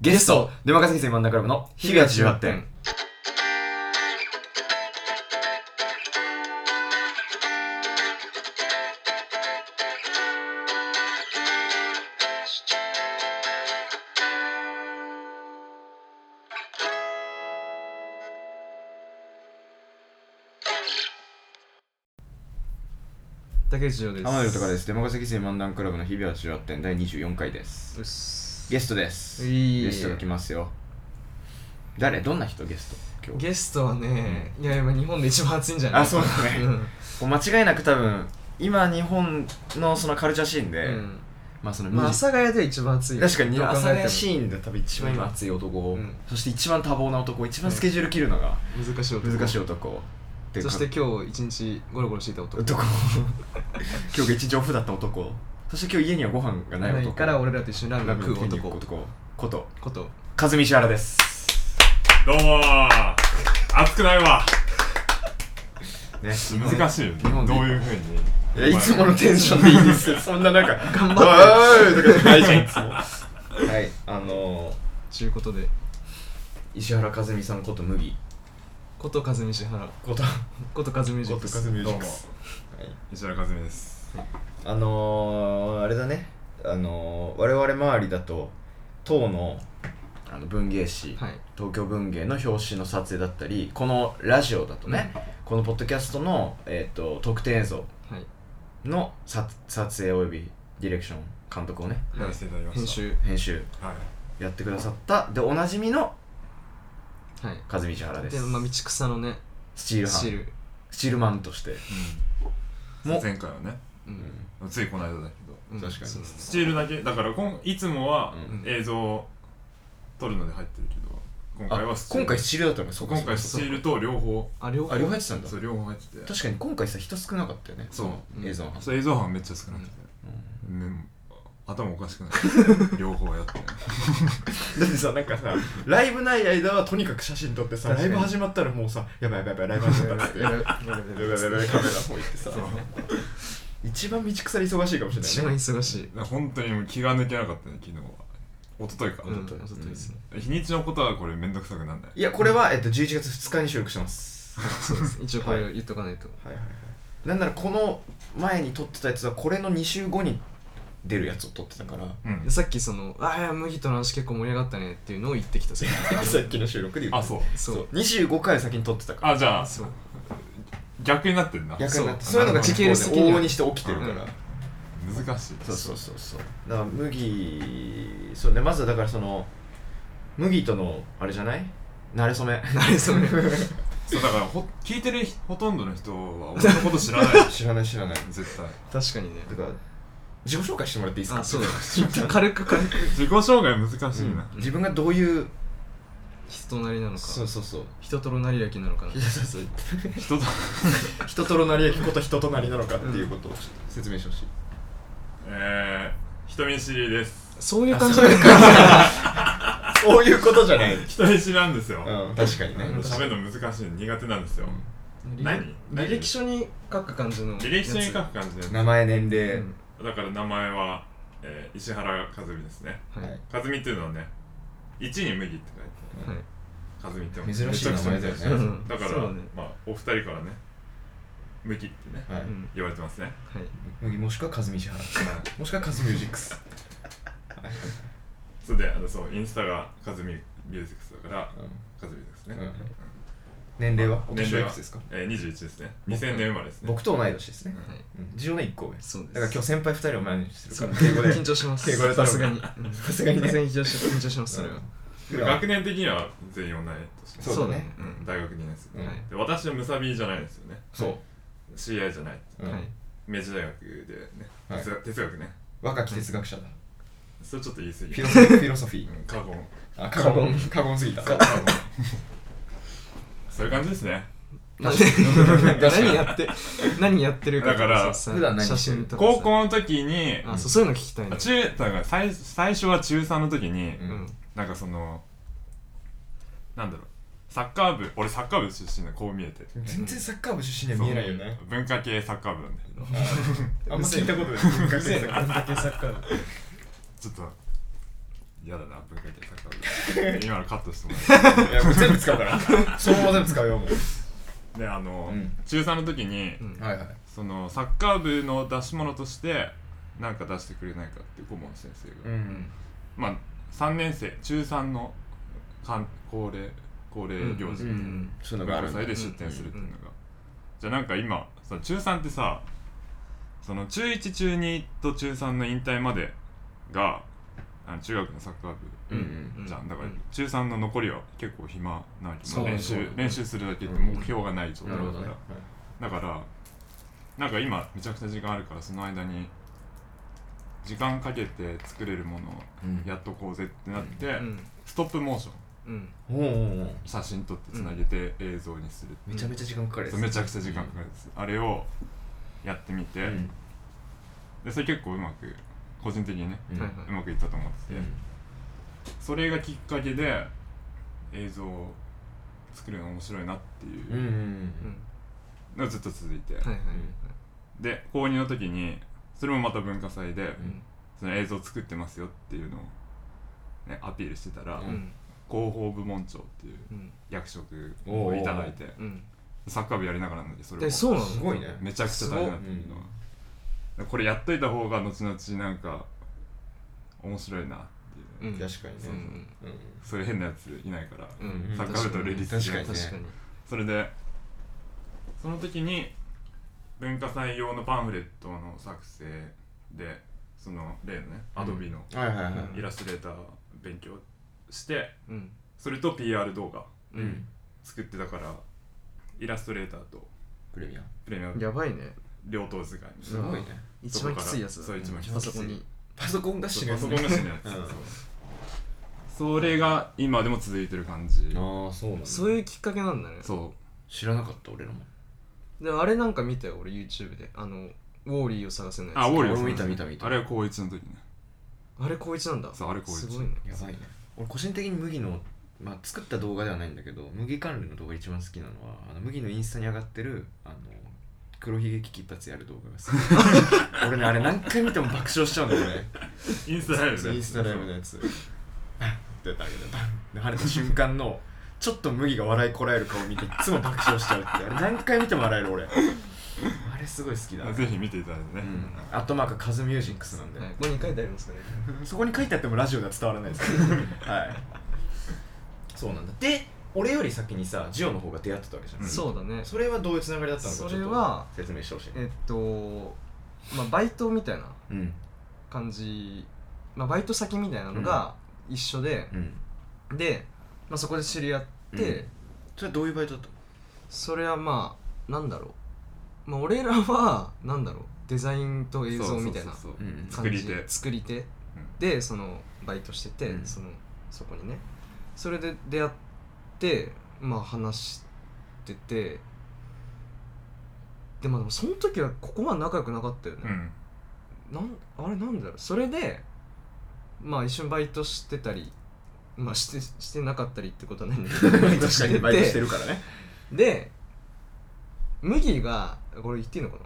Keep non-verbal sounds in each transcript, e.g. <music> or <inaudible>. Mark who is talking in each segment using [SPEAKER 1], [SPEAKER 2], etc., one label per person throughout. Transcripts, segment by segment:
[SPEAKER 1] ゲスト、出任せ先生真ん中クラブの日々は18点。
[SPEAKER 2] 竹内です。
[SPEAKER 1] 浜田とかです。出任せ先生漫談クラブの日々は18点第24回です。
[SPEAKER 2] うっす。
[SPEAKER 1] ゲストです。
[SPEAKER 2] うい
[SPEAKER 1] ゲストが来ますよ。誰どんな人ゲスト今日。
[SPEAKER 2] ゲストはね、いや、今日本で一番熱いんじゃない
[SPEAKER 1] あそうだね
[SPEAKER 2] ん
[SPEAKER 1] もう間違いなく多分、今日本のそのカルチャーシーンで、
[SPEAKER 2] うん。
[SPEAKER 1] まあその、
[SPEAKER 2] まあ、阿佐ヶ谷では一番熱いよ。
[SPEAKER 1] 確かに
[SPEAKER 2] どう考えても
[SPEAKER 1] 朝早シーンで多分一番今熱い男、
[SPEAKER 2] うん
[SPEAKER 1] そして一番多忙な男、一番スケジュール切るのが
[SPEAKER 2] 難しい男。
[SPEAKER 1] 難しい男。で
[SPEAKER 2] そして今日一日ゴロゴロしていた男。
[SPEAKER 1] 男 <laughs> 今日が一日オフだった男そして今日家にはご飯がない
[SPEAKER 2] ない
[SPEAKER 1] 男
[SPEAKER 2] から俺らと一緒にラーメ
[SPEAKER 1] ラ
[SPEAKER 2] ン
[SPEAKER 1] ブ
[SPEAKER 2] 食う
[SPEAKER 1] 食いに行
[SPEAKER 2] 男
[SPEAKER 1] く。男こと
[SPEAKER 2] こと。
[SPEAKER 1] 和美石原です
[SPEAKER 3] どうもー熱くないわ
[SPEAKER 1] ね
[SPEAKER 3] 難しいよね
[SPEAKER 1] 日本で
[SPEAKER 3] どういうふうに
[SPEAKER 1] いやいつものテンションでいいですよそんななんか
[SPEAKER 2] 頑
[SPEAKER 1] 張ってとかないじゃんいつも <laughs> はいあのー、
[SPEAKER 2] ちゅうことで、
[SPEAKER 1] 石原和美さんこと麦
[SPEAKER 2] こと和美石原。
[SPEAKER 1] こと
[SPEAKER 2] こと和美ジック
[SPEAKER 1] ど
[SPEAKER 2] ス。
[SPEAKER 1] うも
[SPEAKER 3] 石原和美です
[SPEAKER 1] あのー、あれだねあのー、我々周りだと唐のあの文芸誌、
[SPEAKER 2] はい。
[SPEAKER 1] 東京文芸の表紙の撮影だったりこのラジオだとね、このポッドキャストの、えー、と特典映像
[SPEAKER 2] はい。
[SPEAKER 1] の撮撮影およびディレクション監督をね
[SPEAKER 3] やらせていただきました
[SPEAKER 2] 編集。
[SPEAKER 1] 編集
[SPEAKER 3] はい
[SPEAKER 1] やってくださったでおなじみの
[SPEAKER 2] はい。
[SPEAKER 1] 和美千原です
[SPEAKER 2] で、まあ、道草のね、
[SPEAKER 1] スチールハンス
[SPEAKER 2] シ
[SPEAKER 1] チ
[SPEAKER 2] ール。
[SPEAKER 1] ールマンとして、
[SPEAKER 3] うん
[SPEAKER 1] も
[SPEAKER 3] 前回はね
[SPEAKER 2] うん。
[SPEAKER 3] ついこの間だけど
[SPEAKER 2] うん
[SPEAKER 1] 確かに
[SPEAKER 2] そう
[SPEAKER 3] ス
[SPEAKER 2] そう
[SPEAKER 3] チールだけだからこんいつもは
[SPEAKER 1] うん
[SPEAKER 3] 映像を撮るので入ってるけど今回
[SPEAKER 1] あ
[SPEAKER 3] はスチール
[SPEAKER 1] 今回スチールだったのかそうか
[SPEAKER 3] 今回
[SPEAKER 1] そう
[SPEAKER 3] スチールと両方
[SPEAKER 2] あ、両
[SPEAKER 1] か
[SPEAKER 2] 方
[SPEAKER 1] あ。両方
[SPEAKER 2] <laughs>
[SPEAKER 1] やってたんだ
[SPEAKER 3] そう両方入ってて
[SPEAKER 1] 確かに今回さ人少なかったよね
[SPEAKER 3] そう
[SPEAKER 1] 映像の話、
[SPEAKER 3] そう映像班めっちゃ少なくて
[SPEAKER 1] うん
[SPEAKER 3] ね頭お
[SPEAKER 1] <laughs>
[SPEAKER 3] かしくない両方やって
[SPEAKER 1] だってさなんかさ <laughs> ライブない間はとにかく写真撮ってさ
[SPEAKER 2] 確
[SPEAKER 1] ラ
[SPEAKER 2] か
[SPEAKER 1] イ
[SPEAKER 2] に
[SPEAKER 1] ブ始まったらもうさやばいやばいやばいライブ始まったっつ <laughs> って
[SPEAKER 2] やばいやばいやばい
[SPEAKER 1] やばいやばいやばいカメラの方行ってさ一番道草で忙しいかもしれ
[SPEAKER 2] 一
[SPEAKER 1] ない
[SPEAKER 2] 番
[SPEAKER 1] ね
[SPEAKER 2] 忙しい。
[SPEAKER 3] 本当にもう気が抜けなかったね昨日は一昨日か
[SPEAKER 2] うん、
[SPEAKER 1] と
[SPEAKER 2] おとといですね。
[SPEAKER 3] 日にちのことはこれめんどくさくなんない
[SPEAKER 1] いやこれは、えっと、11月2日に収録してます
[SPEAKER 2] そうです。一応こ
[SPEAKER 1] は
[SPEAKER 2] れ言っとかないと。
[SPEAKER 1] はいはいはいなんならこの前に撮ってたやつはこれの2週後に出るやつを撮ってたから
[SPEAKER 3] うん
[SPEAKER 2] さっきその、あいや、麦との話結構盛り上がったねっていうのを言ってきた。そう。
[SPEAKER 1] さっきの収録で言
[SPEAKER 3] あ
[SPEAKER 1] って
[SPEAKER 3] そう
[SPEAKER 2] そう。
[SPEAKER 1] 25回先に撮ってたから
[SPEAKER 3] あじゃあ
[SPEAKER 2] そう。
[SPEAKER 3] 逆になってんな
[SPEAKER 1] 逆になって
[SPEAKER 3] そう
[SPEAKER 1] そういうのが
[SPEAKER 3] なる
[SPEAKER 1] 時系
[SPEAKER 3] ほ
[SPEAKER 2] ど
[SPEAKER 1] 列的に往々にして起きてるから、
[SPEAKER 2] うん
[SPEAKER 3] 難しい
[SPEAKER 1] そうそうそうそうだから麦そうねまずはだからその麦とのあれじゃない慣れ初め
[SPEAKER 2] あれ、それ。
[SPEAKER 3] そうだからほ聞いてる人ほとんどの人は俺のこと知らない
[SPEAKER 1] 知らない知らない
[SPEAKER 3] 絶対
[SPEAKER 2] 確かにね。
[SPEAKER 1] だから自己紹介してもらっていいですか
[SPEAKER 2] あ、そうだ。軽く軽く。
[SPEAKER 3] 自己紹介難しいな、
[SPEAKER 1] 自分がどういう
[SPEAKER 2] 人となりなのか。
[SPEAKER 1] そうそうそう
[SPEAKER 2] 人とろなりやきなのかな。
[SPEAKER 3] 人と
[SPEAKER 1] 人とろなりやきこと人となりなのかっていうことをちょっと説明してほしい
[SPEAKER 3] えー、人見知りです
[SPEAKER 2] そういう感じなのか。
[SPEAKER 1] そういうことじゃないうん
[SPEAKER 3] <laughs> 人見知りなんですよ、
[SPEAKER 1] 確かにね
[SPEAKER 3] うん喋るの難しい苦手なんですよ、
[SPEAKER 2] 履
[SPEAKER 3] 何
[SPEAKER 2] 履歴書に書く感じのやつ。
[SPEAKER 3] 履歴書に書く感じで
[SPEAKER 1] 名前年
[SPEAKER 2] う
[SPEAKER 1] 齢
[SPEAKER 2] ん
[SPEAKER 3] だから名前は、えー石原和美ですね
[SPEAKER 2] はい。はい。
[SPEAKER 3] 和美っていうのはね1に麦って書いて和美って
[SPEAKER 1] 珍しい名前だよね
[SPEAKER 3] めちゃくちゃ珍しい
[SPEAKER 2] うん
[SPEAKER 3] だから
[SPEAKER 2] そうだね
[SPEAKER 3] まあお二人からね麦ってね
[SPEAKER 1] は
[SPEAKER 2] う
[SPEAKER 1] い
[SPEAKER 2] ん。
[SPEAKER 3] 言われてますね
[SPEAKER 2] はい。
[SPEAKER 1] 麦もしくはカズミシハラもしくはカズミュージックス
[SPEAKER 3] それであのそうインスタがカズミミュージックスだからカズミですね、
[SPEAKER 1] うん年齢はお
[SPEAKER 3] 年
[SPEAKER 1] 年はい
[SPEAKER 3] 齢は
[SPEAKER 1] くつですか
[SPEAKER 3] えー、21ですね2000年生まれですね
[SPEAKER 1] 僕と同い年ですね
[SPEAKER 3] うん
[SPEAKER 1] うんジオネ1個上だ
[SPEAKER 2] そうです。
[SPEAKER 1] から今日先輩2人を前にする
[SPEAKER 2] そう
[SPEAKER 1] から敬語で
[SPEAKER 2] 緊張します。
[SPEAKER 1] 敬語で頼む
[SPEAKER 2] さすがに。
[SPEAKER 1] さすがにね
[SPEAKER 2] さすがに緊張し緊張します、それは。
[SPEAKER 1] うん
[SPEAKER 3] 学年的には全員同い年
[SPEAKER 1] そうだね
[SPEAKER 3] うん、大学2年生、
[SPEAKER 1] うん
[SPEAKER 2] はい
[SPEAKER 3] で私はムサビじゃないんですよね
[SPEAKER 1] そう
[SPEAKER 3] 知り合いじゃない
[SPEAKER 1] うん
[SPEAKER 2] はい。
[SPEAKER 3] 明治大学でね、
[SPEAKER 1] はい
[SPEAKER 3] 哲学哲学ね
[SPEAKER 1] 若き哲学者だ
[SPEAKER 3] それちょっと言い過ぎ
[SPEAKER 1] フィロソフィフィロソフィー
[SPEAKER 3] うん過言
[SPEAKER 1] あ過言過言すぎた
[SPEAKER 3] 過言そういう感じですね
[SPEAKER 2] なん
[SPEAKER 1] 確か
[SPEAKER 2] で
[SPEAKER 1] に
[SPEAKER 2] 何やって何やってるかと
[SPEAKER 3] だから
[SPEAKER 2] さ
[SPEAKER 1] 普段何して
[SPEAKER 2] 写
[SPEAKER 1] る
[SPEAKER 2] 真とかさ
[SPEAKER 3] 高校の時に
[SPEAKER 2] あそうそういうの聞きたいね
[SPEAKER 3] 中だから最最初は中3の時に、
[SPEAKER 1] う
[SPEAKER 2] うんん
[SPEAKER 3] なんかそのなんだろうサッカー部俺サッカー部出身でこう見えて
[SPEAKER 1] 全然サッカー部出身には見えないよね
[SPEAKER 3] そう文化系サッカー部なんだけど
[SPEAKER 1] あんま聞いたことない
[SPEAKER 2] うぜえなこんだけサッカー
[SPEAKER 3] ちょっと嫌だな文化系サッカー
[SPEAKER 1] <laughs>
[SPEAKER 3] 部今のカットしてもら
[SPEAKER 1] いやもう全部使うからそのまま全部使うよもう
[SPEAKER 3] えであの、
[SPEAKER 1] うん
[SPEAKER 3] 中3の時に、
[SPEAKER 2] うん
[SPEAKER 1] はいはい
[SPEAKER 3] そのサッカー部の出し物としてなんか出してくれないかって顧問の先生が、
[SPEAKER 1] うん
[SPEAKER 3] まあ3年生中3のかん恒例恒例行
[SPEAKER 1] う
[SPEAKER 3] 事みたいな、
[SPEAKER 1] んそういうのがある
[SPEAKER 3] 文
[SPEAKER 1] んだ
[SPEAKER 3] 化祭で出展するっていうのが、じゃあなんか今その中3ってさその中1中2と中3の引退までがあの中学のサッカー部
[SPEAKER 1] うん
[SPEAKER 3] じゃん、だから
[SPEAKER 2] うん
[SPEAKER 3] 中3の残りは結構暇なわけ
[SPEAKER 2] そう
[SPEAKER 3] 練習
[SPEAKER 2] そう
[SPEAKER 3] 練習するだけで
[SPEAKER 1] うん
[SPEAKER 3] 目標がない状
[SPEAKER 1] うん
[SPEAKER 3] 態
[SPEAKER 1] なる
[SPEAKER 3] だか
[SPEAKER 1] ほど
[SPEAKER 3] ら、
[SPEAKER 1] ね
[SPEAKER 3] だからなんか今めちゃくちゃ時間あるからその間に時間かけて作れるものを
[SPEAKER 1] うん
[SPEAKER 3] やっとこうぜってなって、
[SPEAKER 2] うん
[SPEAKER 3] ストップモーション
[SPEAKER 2] う
[SPEAKER 1] お
[SPEAKER 2] ん
[SPEAKER 1] うおうおう
[SPEAKER 3] 写真撮ってつなげて映像にする
[SPEAKER 1] めちゃめちゃ時間かかるやつ
[SPEAKER 3] そうめちゃくちゃ時間かかるんです、あれをやってみて、
[SPEAKER 1] うん
[SPEAKER 3] でそれ結構うまく個人的にね
[SPEAKER 1] うん
[SPEAKER 2] はいう
[SPEAKER 3] まくいったと思ってて、それがきっかけで映像を作るの面白いなってい
[SPEAKER 1] うんう
[SPEAKER 3] うん
[SPEAKER 2] うん
[SPEAKER 3] のがずっと続いて、
[SPEAKER 2] はいはい
[SPEAKER 3] で高2の時にそれもまた文化祭で、
[SPEAKER 2] うん
[SPEAKER 3] その映像作ってますよっていうのを、ね、アピールしてたら、
[SPEAKER 1] う
[SPEAKER 2] うん
[SPEAKER 3] 広報部門長っていう
[SPEAKER 2] うん
[SPEAKER 3] 役職をいただいて
[SPEAKER 2] うん
[SPEAKER 3] サッカー部やりながらなんだけどそれも
[SPEAKER 2] でそうな
[SPEAKER 1] うん
[SPEAKER 2] の
[SPEAKER 1] すごいね
[SPEAKER 3] めちゃくちゃ大変だったけど、これやっといた方が後々なんか面白いなっていう、
[SPEAKER 2] うん
[SPEAKER 1] 確かにね
[SPEAKER 2] うん
[SPEAKER 1] う
[SPEAKER 3] そういう変なやついないから、
[SPEAKER 2] うん
[SPEAKER 1] サッ
[SPEAKER 3] カー部と連立
[SPEAKER 1] してやる
[SPEAKER 2] 確かに
[SPEAKER 3] それでその時に文化祭用のパンフレットの作成でその例のね
[SPEAKER 1] うん
[SPEAKER 3] アドビの
[SPEAKER 1] んはいはいはい
[SPEAKER 3] イラストレーター勉強して
[SPEAKER 2] うん
[SPEAKER 3] それと PR 動画
[SPEAKER 1] うん
[SPEAKER 3] 作ってたからイラストレーターと
[SPEAKER 1] プレミア
[SPEAKER 3] プレミアム
[SPEAKER 2] やばいね
[SPEAKER 3] 両頭使いみたい
[SPEAKER 1] す
[SPEAKER 3] な
[SPEAKER 1] ごいね
[SPEAKER 2] 一番きついやつだ
[SPEAKER 3] そう一番きつい
[SPEAKER 2] パソコンに
[SPEAKER 1] パソコンが死ぬ
[SPEAKER 3] パソコンが死ぬや
[SPEAKER 1] う
[SPEAKER 3] つ、
[SPEAKER 1] ん
[SPEAKER 3] そうそれが今でも続いてる感じ
[SPEAKER 1] ああそうなんだ
[SPEAKER 2] そういうきっかけなんだね
[SPEAKER 3] そ
[SPEAKER 1] 知らなかった俺らも
[SPEAKER 2] でもあれなんか見たよ俺 YouTube であのウォーリーを探せないやつ
[SPEAKER 3] あウォーリー
[SPEAKER 1] 俺も見た見た見た
[SPEAKER 3] うあれは高1の時ね
[SPEAKER 2] あれ高一なんだ
[SPEAKER 3] そうあれ高一
[SPEAKER 2] すごいね
[SPEAKER 1] やばいね俺個人的に麦の、まあ、作った動画ではないんだけど麦関連の動画一番好きなのはあの麦のインスタに上がってるあの黒ひげ危機一発やる動画が好 <laughs> き俺ねあれ何回見ても爆笑しちゃうんだよね
[SPEAKER 3] インスタライブ
[SPEAKER 1] インスタライブのやつバンってやってあげてバンって晴れた瞬間のちょっと麦が笑いこらえる顔見ていつも爆笑しちゃうってあれ何回見ても笑える俺あれすごい好きだ、
[SPEAKER 3] ぜひ見ていただいて
[SPEAKER 1] う
[SPEAKER 3] ね、
[SPEAKER 1] ん、アットマークカズミュージックスなんで、
[SPEAKER 2] はいここに書いてありますかね
[SPEAKER 1] そこに書いてあってもラジオでは伝わらない <laughs> ですけどはいそうなんだで俺より先にさジオの方が出会ってたわけじゃん、
[SPEAKER 3] うん
[SPEAKER 2] そうだね
[SPEAKER 1] それはどういうつながりだったのかちょっ
[SPEAKER 2] そ
[SPEAKER 1] と
[SPEAKER 2] れは
[SPEAKER 1] 説明してほしい
[SPEAKER 2] えっとまあバイトみたいな
[SPEAKER 1] うん
[SPEAKER 2] 感じまあバイト先みたいなのが一緒で
[SPEAKER 1] うん
[SPEAKER 2] でまあそこで知り合って
[SPEAKER 1] うんそれはどういうバイトだった
[SPEAKER 2] それはまあなんだろうまあ俺らはなんだろうデザインと映像みたいな
[SPEAKER 3] そうそう
[SPEAKER 1] のうん
[SPEAKER 3] 作
[SPEAKER 2] 感
[SPEAKER 3] り
[SPEAKER 2] じ
[SPEAKER 3] 手
[SPEAKER 2] 作り手でそのバイトしてて、
[SPEAKER 1] うん
[SPEAKER 2] そのそこにねそれで出会ってまあ話しててでもでもその時はここまで仲良くなかったよね、
[SPEAKER 3] うん、うん
[SPEAKER 2] なんあれなんだろうそれでまあ一緒にバイトしてたりまあしてしてなかったりってことはないん
[SPEAKER 1] <laughs>
[SPEAKER 2] だけど <laughs> バイトしてて
[SPEAKER 1] バイトしてるからね
[SPEAKER 2] で麦がこれ言っていいのかな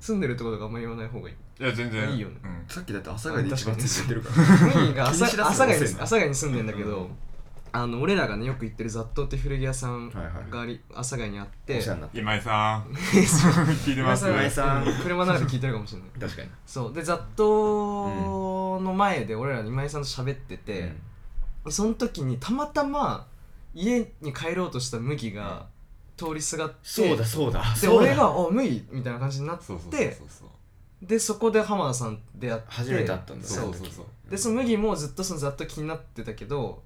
[SPEAKER 2] 住んでるってことがあんま言わない方がいい
[SPEAKER 3] いや全然
[SPEAKER 2] いいよね
[SPEAKER 3] うん
[SPEAKER 1] さっきだって朝霞で一番
[SPEAKER 2] 確かに
[SPEAKER 1] ついてるから
[SPEAKER 2] 麦が
[SPEAKER 1] <laughs>
[SPEAKER 2] 朝
[SPEAKER 1] 気にしだ
[SPEAKER 2] 朝
[SPEAKER 1] すの
[SPEAKER 2] 霞に
[SPEAKER 1] 遅いな
[SPEAKER 2] 朝霞に住んでんだけ
[SPEAKER 1] う
[SPEAKER 2] ど
[SPEAKER 1] ん
[SPEAKER 2] あの俺らがねよく行ってる雑踏って古着屋さん
[SPEAKER 1] はいはい
[SPEAKER 2] があり朝霞にあって
[SPEAKER 1] お世話になって
[SPEAKER 3] 今井さん聞いてます
[SPEAKER 1] 今井さん
[SPEAKER 2] うん車の中で聞いてるかもしれない
[SPEAKER 1] 確かに
[SPEAKER 2] そうで雑踏の前で俺ら今井さんと喋ってて、その時にたまたま家に帰ろうとした麦が通りすがって
[SPEAKER 1] そうだそうだ
[SPEAKER 2] で
[SPEAKER 1] そうだ
[SPEAKER 2] 俺が「お麦」みたいな感じになって
[SPEAKER 3] そうそうそうそうそう
[SPEAKER 2] でそこで浜田さん出会って
[SPEAKER 1] 初めて会ったんだ
[SPEAKER 2] そう
[SPEAKER 3] そうそうそう
[SPEAKER 2] でその麦もずっとそのざっと気になってたけど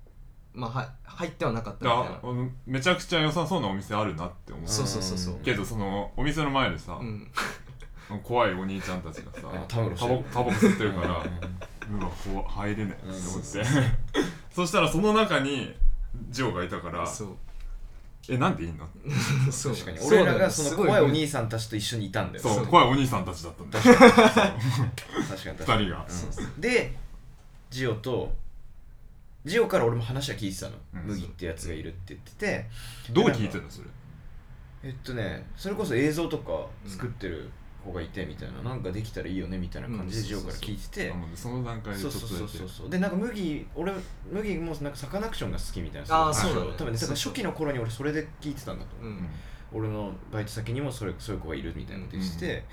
[SPEAKER 2] まあは入ってはなかったみたい
[SPEAKER 3] あ
[SPEAKER 2] な
[SPEAKER 3] うんめちゃくちゃ良さそうなお店あるなって思う
[SPEAKER 2] そうそうそうそうん
[SPEAKER 3] けどそのお店の前でさ、
[SPEAKER 2] うん
[SPEAKER 3] 怖いお兄ちゃんたちがさ
[SPEAKER 1] あタオルして
[SPEAKER 3] タ
[SPEAKER 1] る
[SPEAKER 3] バタバコ吸ってるから
[SPEAKER 1] うん
[SPEAKER 3] うわこう入れねえ
[SPEAKER 1] う
[SPEAKER 3] って
[SPEAKER 1] ん
[SPEAKER 3] 思
[SPEAKER 1] そ
[SPEAKER 3] って <laughs> そしたらその中にジョーがいたから
[SPEAKER 2] そう
[SPEAKER 3] <laughs> えなんでいいの
[SPEAKER 2] そう
[SPEAKER 1] 確かに
[SPEAKER 2] そう
[SPEAKER 1] 俺ら
[SPEAKER 2] だよ
[SPEAKER 1] が
[SPEAKER 2] ね
[SPEAKER 1] その
[SPEAKER 2] すご
[SPEAKER 1] 怖いお兄さんたちと一緒にいたんだよ
[SPEAKER 3] そう
[SPEAKER 2] そう
[SPEAKER 3] 怖いお兄さんたちだったんだよ
[SPEAKER 1] 確かに確
[SPEAKER 3] <laughs>
[SPEAKER 1] かに
[SPEAKER 3] 二人が
[SPEAKER 2] そうそう
[SPEAKER 1] でジオとジオから俺も話は聞いてたの、
[SPEAKER 3] うん
[SPEAKER 1] 麦ってやつがいるって言ってて
[SPEAKER 3] どう聞いてんのそれ
[SPEAKER 1] えっとねそれこそ映像とか作ってる子がいてみたいななんかできたらいいよねみたいな感じでジョーから聞いてて、
[SPEAKER 3] なのでその段階でち
[SPEAKER 1] そ
[SPEAKER 3] ょ
[SPEAKER 1] う
[SPEAKER 3] っと
[SPEAKER 1] そうそう
[SPEAKER 3] だ
[SPEAKER 1] そう
[SPEAKER 3] け
[SPEAKER 1] そうでなんか麦俺麦もなんかサカナクションが好きみたいな
[SPEAKER 2] あー
[SPEAKER 1] 話を
[SPEAKER 2] そうだね
[SPEAKER 1] 多分ねだから初期の頃に俺それで聞いてたんだと
[SPEAKER 2] う
[SPEAKER 1] 思う、
[SPEAKER 3] うん
[SPEAKER 2] ん
[SPEAKER 1] 俺のバイト先にもそれそういう子がいるみたいなこと言ってて、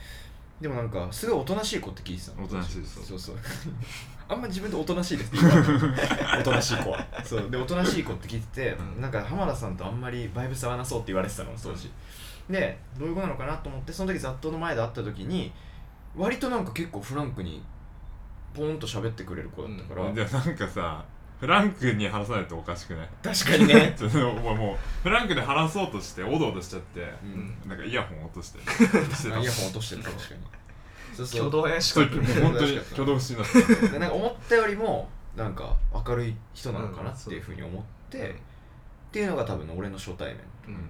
[SPEAKER 1] でもなんかすごいおとなしい子って聞いてたの
[SPEAKER 3] おとなしいです
[SPEAKER 1] そうそう <laughs> あんま自分でおとなしいですって言わない <laughs> おとなしい子はそうでおとなしい子って聞いてて、
[SPEAKER 2] うん
[SPEAKER 1] なんか浜田さんとあんまりバイブス合わなそうって言われてたの当時、でどういう子なのかなと思ってその時雑踏の前で会った時に割となんか結構フランクにポンと喋ってくれる子だったから、
[SPEAKER 3] でもなんかさフランクに話さないとおかしくない
[SPEAKER 1] 確かにね
[SPEAKER 3] ちょっともうもうフランクで話そうとしておどおどしちゃって、
[SPEAKER 1] うん
[SPEAKER 3] なんかイヤホン落
[SPEAKER 1] <laughs>
[SPEAKER 3] としてして
[SPEAKER 1] あ
[SPEAKER 3] た
[SPEAKER 1] イヤホン落としてる確かにそうそう
[SPEAKER 2] 挙動怪し
[SPEAKER 3] そ
[SPEAKER 2] か
[SPEAKER 3] う
[SPEAKER 2] った
[SPEAKER 3] も
[SPEAKER 2] ね
[SPEAKER 3] う本当に挙動不審だった
[SPEAKER 1] <laughs> でなんか思ったよりもなんか明るい人なのかなっていうふうに思って、っていうのが多分俺の初対面
[SPEAKER 2] うん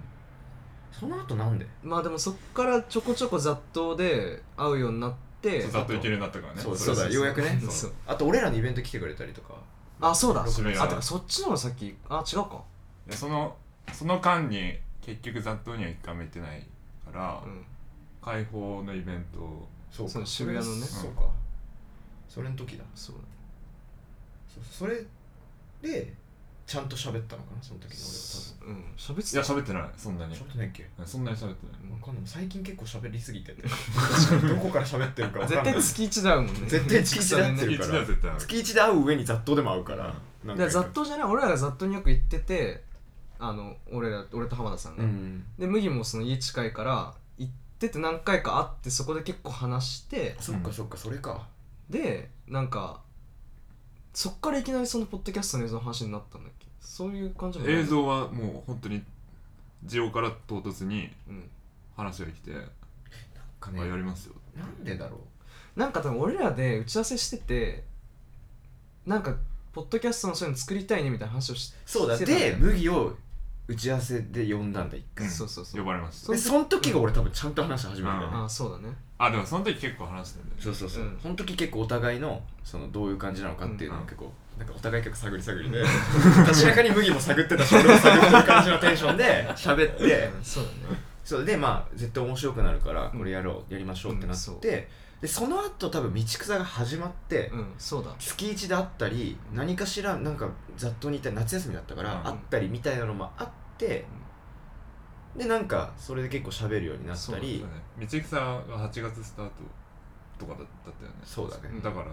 [SPEAKER 1] その後なんで
[SPEAKER 2] まあでもそっからちょこちょこ雑踏で会うようになって
[SPEAKER 3] そうざっといけるようになったからね
[SPEAKER 1] そう
[SPEAKER 2] そう
[SPEAKER 1] そうだようやくね
[SPEAKER 2] そう
[SPEAKER 3] そう
[SPEAKER 1] あと俺らのイベント来てくれたりとか
[SPEAKER 2] あそうだあ
[SPEAKER 3] 締めが
[SPEAKER 2] てかそっちの方が先あ違うか
[SPEAKER 3] でそのその間に結局雑踏には一回も行ってないから、
[SPEAKER 2] うん
[SPEAKER 3] 開放のイベントを
[SPEAKER 1] そう
[SPEAKER 2] そう渋谷のね
[SPEAKER 1] それそうかそれの時だ
[SPEAKER 2] そう
[SPEAKER 1] そうそれでちゃんと喋ったのかなその時の
[SPEAKER 2] うん喋って
[SPEAKER 3] いや喋ってないそんなに
[SPEAKER 1] 俺は多分ちょっとねっけ
[SPEAKER 3] そんなに喋ってない
[SPEAKER 2] うん
[SPEAKER 1] わかんない最近結構喋りすぎて <laughs> てどこから喋ってるかわか
[SPEAKER 2] 絶
[SPEAKER 1] んない
[SPEAKER 2] 対月一だもんね
[SPEAKER 1] 絶対月一
[SPEAKER 2] <laughs>
[SPEAKER 1] だってる
[SPEAKER 3] 月
[SPEAKER 1] から
[SPEAKER 3] 一では絶対ある
[SPEAKER 1] 月一で会う上に雑踏でも会うからなん
[SPEAKER 2] だから
[SPEAKER 1] か
[SPEAKER 2] 雑踏じゃない俺らが雑踏によく行っててあの俺ら俺と浜田さん
[SPEAKER 1] う
[SPEAKER 2] が、
[SPEAKER 1] ん
[SPEAKER 2] で麦もその家近いから行ってて何回か会ってそこで結構話して
[SPEAKER 1] そっかそっかそれか
[SPEAKER 2] でなんかそっからいきなりそのポッドキャストの映像の話になったんだっけそういう感じなの
[SPEAKER 3] 映像はもう本当に需要から唐突に
[SPEAKER 2] うん
[SPEAKER 3] 話が来て、
[SPEAKER 1] か
[SPEAKER 3] あやりますよ
[SPEAKER 1] なんでだろう
[SPEAKER 2] なんか多分俺らで打ち合わせしててなんかポッドキャストのそういうの作りたいねみたいな話をして
[SPEAKER 1] そうだ
[SPEAKER 2] してたんだよ
[SPEAKER 1] で麦を打ち合わせで呼んだんだ一回
[SPEAKER 3] うん
[SPEAKER 2] そうそうそう
[SPEAKER 3] 呼ばれました
[SPEAKER 2] そ
[SPEAKER 1] で
[SPEAKER 2] う
[SPEAKER 1] その時が俺多分ちゃんと話し始めたんだよね
[SPEAKER 2] ああそうだね
[SPEAKER 3] あでもその時結構話してんだよね
[SPEAKER 1] そうそうそう、
[SPEAKER 2] うん
[SPEAKER 1] その時結構お互いのそのどういう感じなのかっていうのを
[SPEAKER 3] うん
[SPEAKER 1] 結構、なんかお互い結構探り探りで <laughs> 確かに麦も探ってたし俺も探ってる感じのテンションで喋って
[SPEAKER 2] うんそうだね
[SPEAKER 1] そうでまあ絶対面白くなるから
[SPEAKER 2] うん
[SPEAKER 1] これやろうやりましょうってなって、
[SPEAKER 2] うんそう
[SPEAKER 1] でその後多分道草が始まって、
[SPEAKER 2] うんそうだ
[SPEAKER 1] 月一であったり何かしらなんかざっとにいたり夏休みだったから、
[SPEAKER 3] うん
[SPEAKER 1] あったりみたいなのもあって、でなんかそれで結構喋るようになったり
[SPEAKER 3] そうだね道草が8月スタートとかだったよね
[SPEAKER 1] そうだね
[SPEAKER 3] だから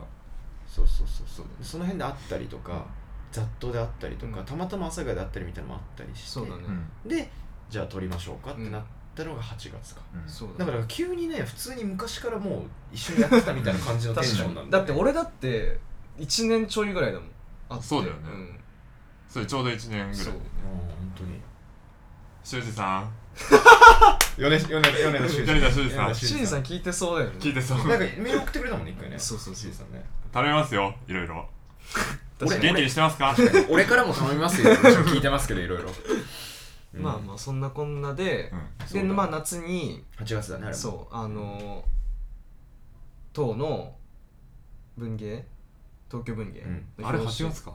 [SPEAKER 1] そうそうそうそうその辺であったりとか雑踏であったりとか、
[SPEAKER 2] うん
[SPEAKER 1] たまたま朝霞であったりみたいなのもあったりして
[SPEAKER 2] そうだね、
[SPEAKER 3] うん
[SPEAKER 1] でじゃあ撮りましょうかってなったのが8月か、
[SPEAKER 3] うん
[SPEAKER 2] そう
[SPEAKER 1] だ
[SPEAKER 2] だね
[SPEAKER 1] から急にね普通に昔からもう一緒にやってたみたいな感じのテンションなん
[SPEAKER 2] だ
[SPEAKER 1] だ,、
[SPEAKER 2] って俺だって1年ちょいぐらいだもんあって
[SPEAKER 3] そうだよね
[SPEAKER 2] ん
[SPEAKER 3] それちょうど1年ぐ
[SPEAKER 2] そ
[SPEAKER 3] ら
[SPEAKER 2] う
[SPEAKER 3] い
[SPEAKER 1] うん本当に
[SPEAKER 3] 修二さん
[SPEAKER 1] 米田米田米田修
[SPEAKER 3] 米田修二さん
[SPEAKER 1] 米田
[SPEAKER 2] シンさん聞いてそうだよね
[SPEAKER 3] 聞いてそう
[SPEAKER 1] なんかメール送ってくれたもんね一回ね
[SPEAKER 2] そうそう
[SPEAKER 1] 修二さんね
[SPEAKER 3] 食べますよいろいろ
[SPEAKER 2] 確かに
[SPEAKER 3] 元気にしてますか
[SPEAKER 1] 俺からも頼みますよ聞いてますけどいろいろ
[SPEAKER 2] まあまあそんなこんなで
[SPEAKER 3] う、ん
[SPEAKER 1] そ
[SPEAKER 2] で
[SPEAKER 1] うだ
[SPEAKER 2] まあ夏に
[SPEAKER 1] あ8月だねあれも
[SPEAKER 2] そうあの党の文芸東京文芸、
[SPEAKER 1] うん
[SPEAKER 3] あれ8月か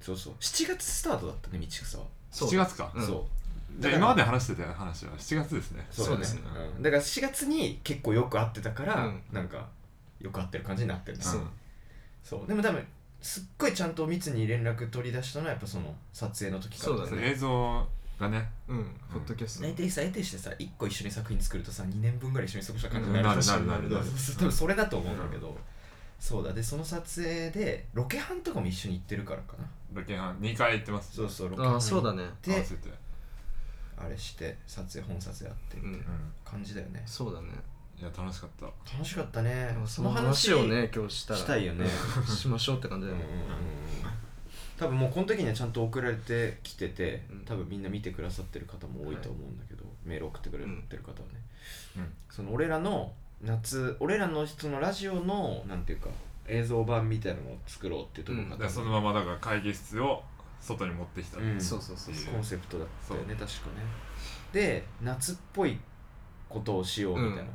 [SPEAKER 1] そうそう7月スタートだったね道草は、
[SPEAKER 2] そう
[SPEAKER 3] 7月か
[SPEAKER 2] うん
[SPEAKER 1] そう
[SPEAKER 3] じゃあ今まで話してた話は7月ですね
[SPEAKER 1] そうだね
[SPEAKER 2] そうですね
[SPEAKER 1] うんだから4月に結構よく会ってたから、
[SPEAKER 2] うん
[SPEAKER 1] なんかよく会ってる感じになってるんです
[SPEAKER 2] そう
[SPEAKER 1] よ、そうでも多分すっごいちゃんと密に連絡取り出したのはやっぱその撮影の時から
[SPEAKER 2] そうだね
[SPEAKER 3] 映像がね
[SPEAKER 2] うん、ポッドキャスト、
[SPEAKER 1] 大体さ得てしてさ1個一緒に作品作るとさ2年分ぐらい一緒に過ごした感じに
[SPEAKER 3] な
[SPEAKER 1] な
[SPEAKER 3] る
[SPEAKER 1] る
[SPEAKER 3] なるなるなる
[SPEAKER 1] そうそう多分それだと思うんだけど、そうだでその撮影でロケハンとかも一緒に行ってるからかな
[SPEAKER 3] ロケハン2回行ってます
[SPEAKER 1] そうそうロケハン
[SPEAKER 2] ああそうだね
[SPEAKER 3] 合わ
[SPEAKER 1] で
[SPEAKER 3] せて
[SPEAKER 1] あれして撮影本撮影あってみたいな
[SPEAKER 3] うん
[SPEAKER 1] 感じだよね、
[SPEAKER 2] そうだね
[SPEAKER 3] いや楽しかった
[SPEAKER 1] 楽しかったね
[SPEAKER 2] その話をね今日したら
[SPEAKER 1] したいよね
[SPEAKER 2] <laughs> しましょうって感じだよね、
[SPEAKER 1] 多分もうこの時にはちゃんと送られてきてて
[SPEAKER 2] うん
[SPEAKER 1] 多分みんな見てくださってる方も多いと思うんだけど、メール送ってくれてる方はね、
[SPEAKER 3] うん
[SPEAKER 1] その俺らの夏俺らの人のラジオのなんていうか映像版みたいなのを作ろうっていうところ
[SPEAKER 3] だ
[SPEAKER 1] か、
[SPEAKER 3] かららそのままだから会議室を外に持ってきた、
[SPEAKER 1] うん
[SPEAKER 2] そうそうそうそう
[SPEAKER 1] コンセプトだったよね確かねで夏っぽいことをしようみたいな
[SPEAKER 2] うん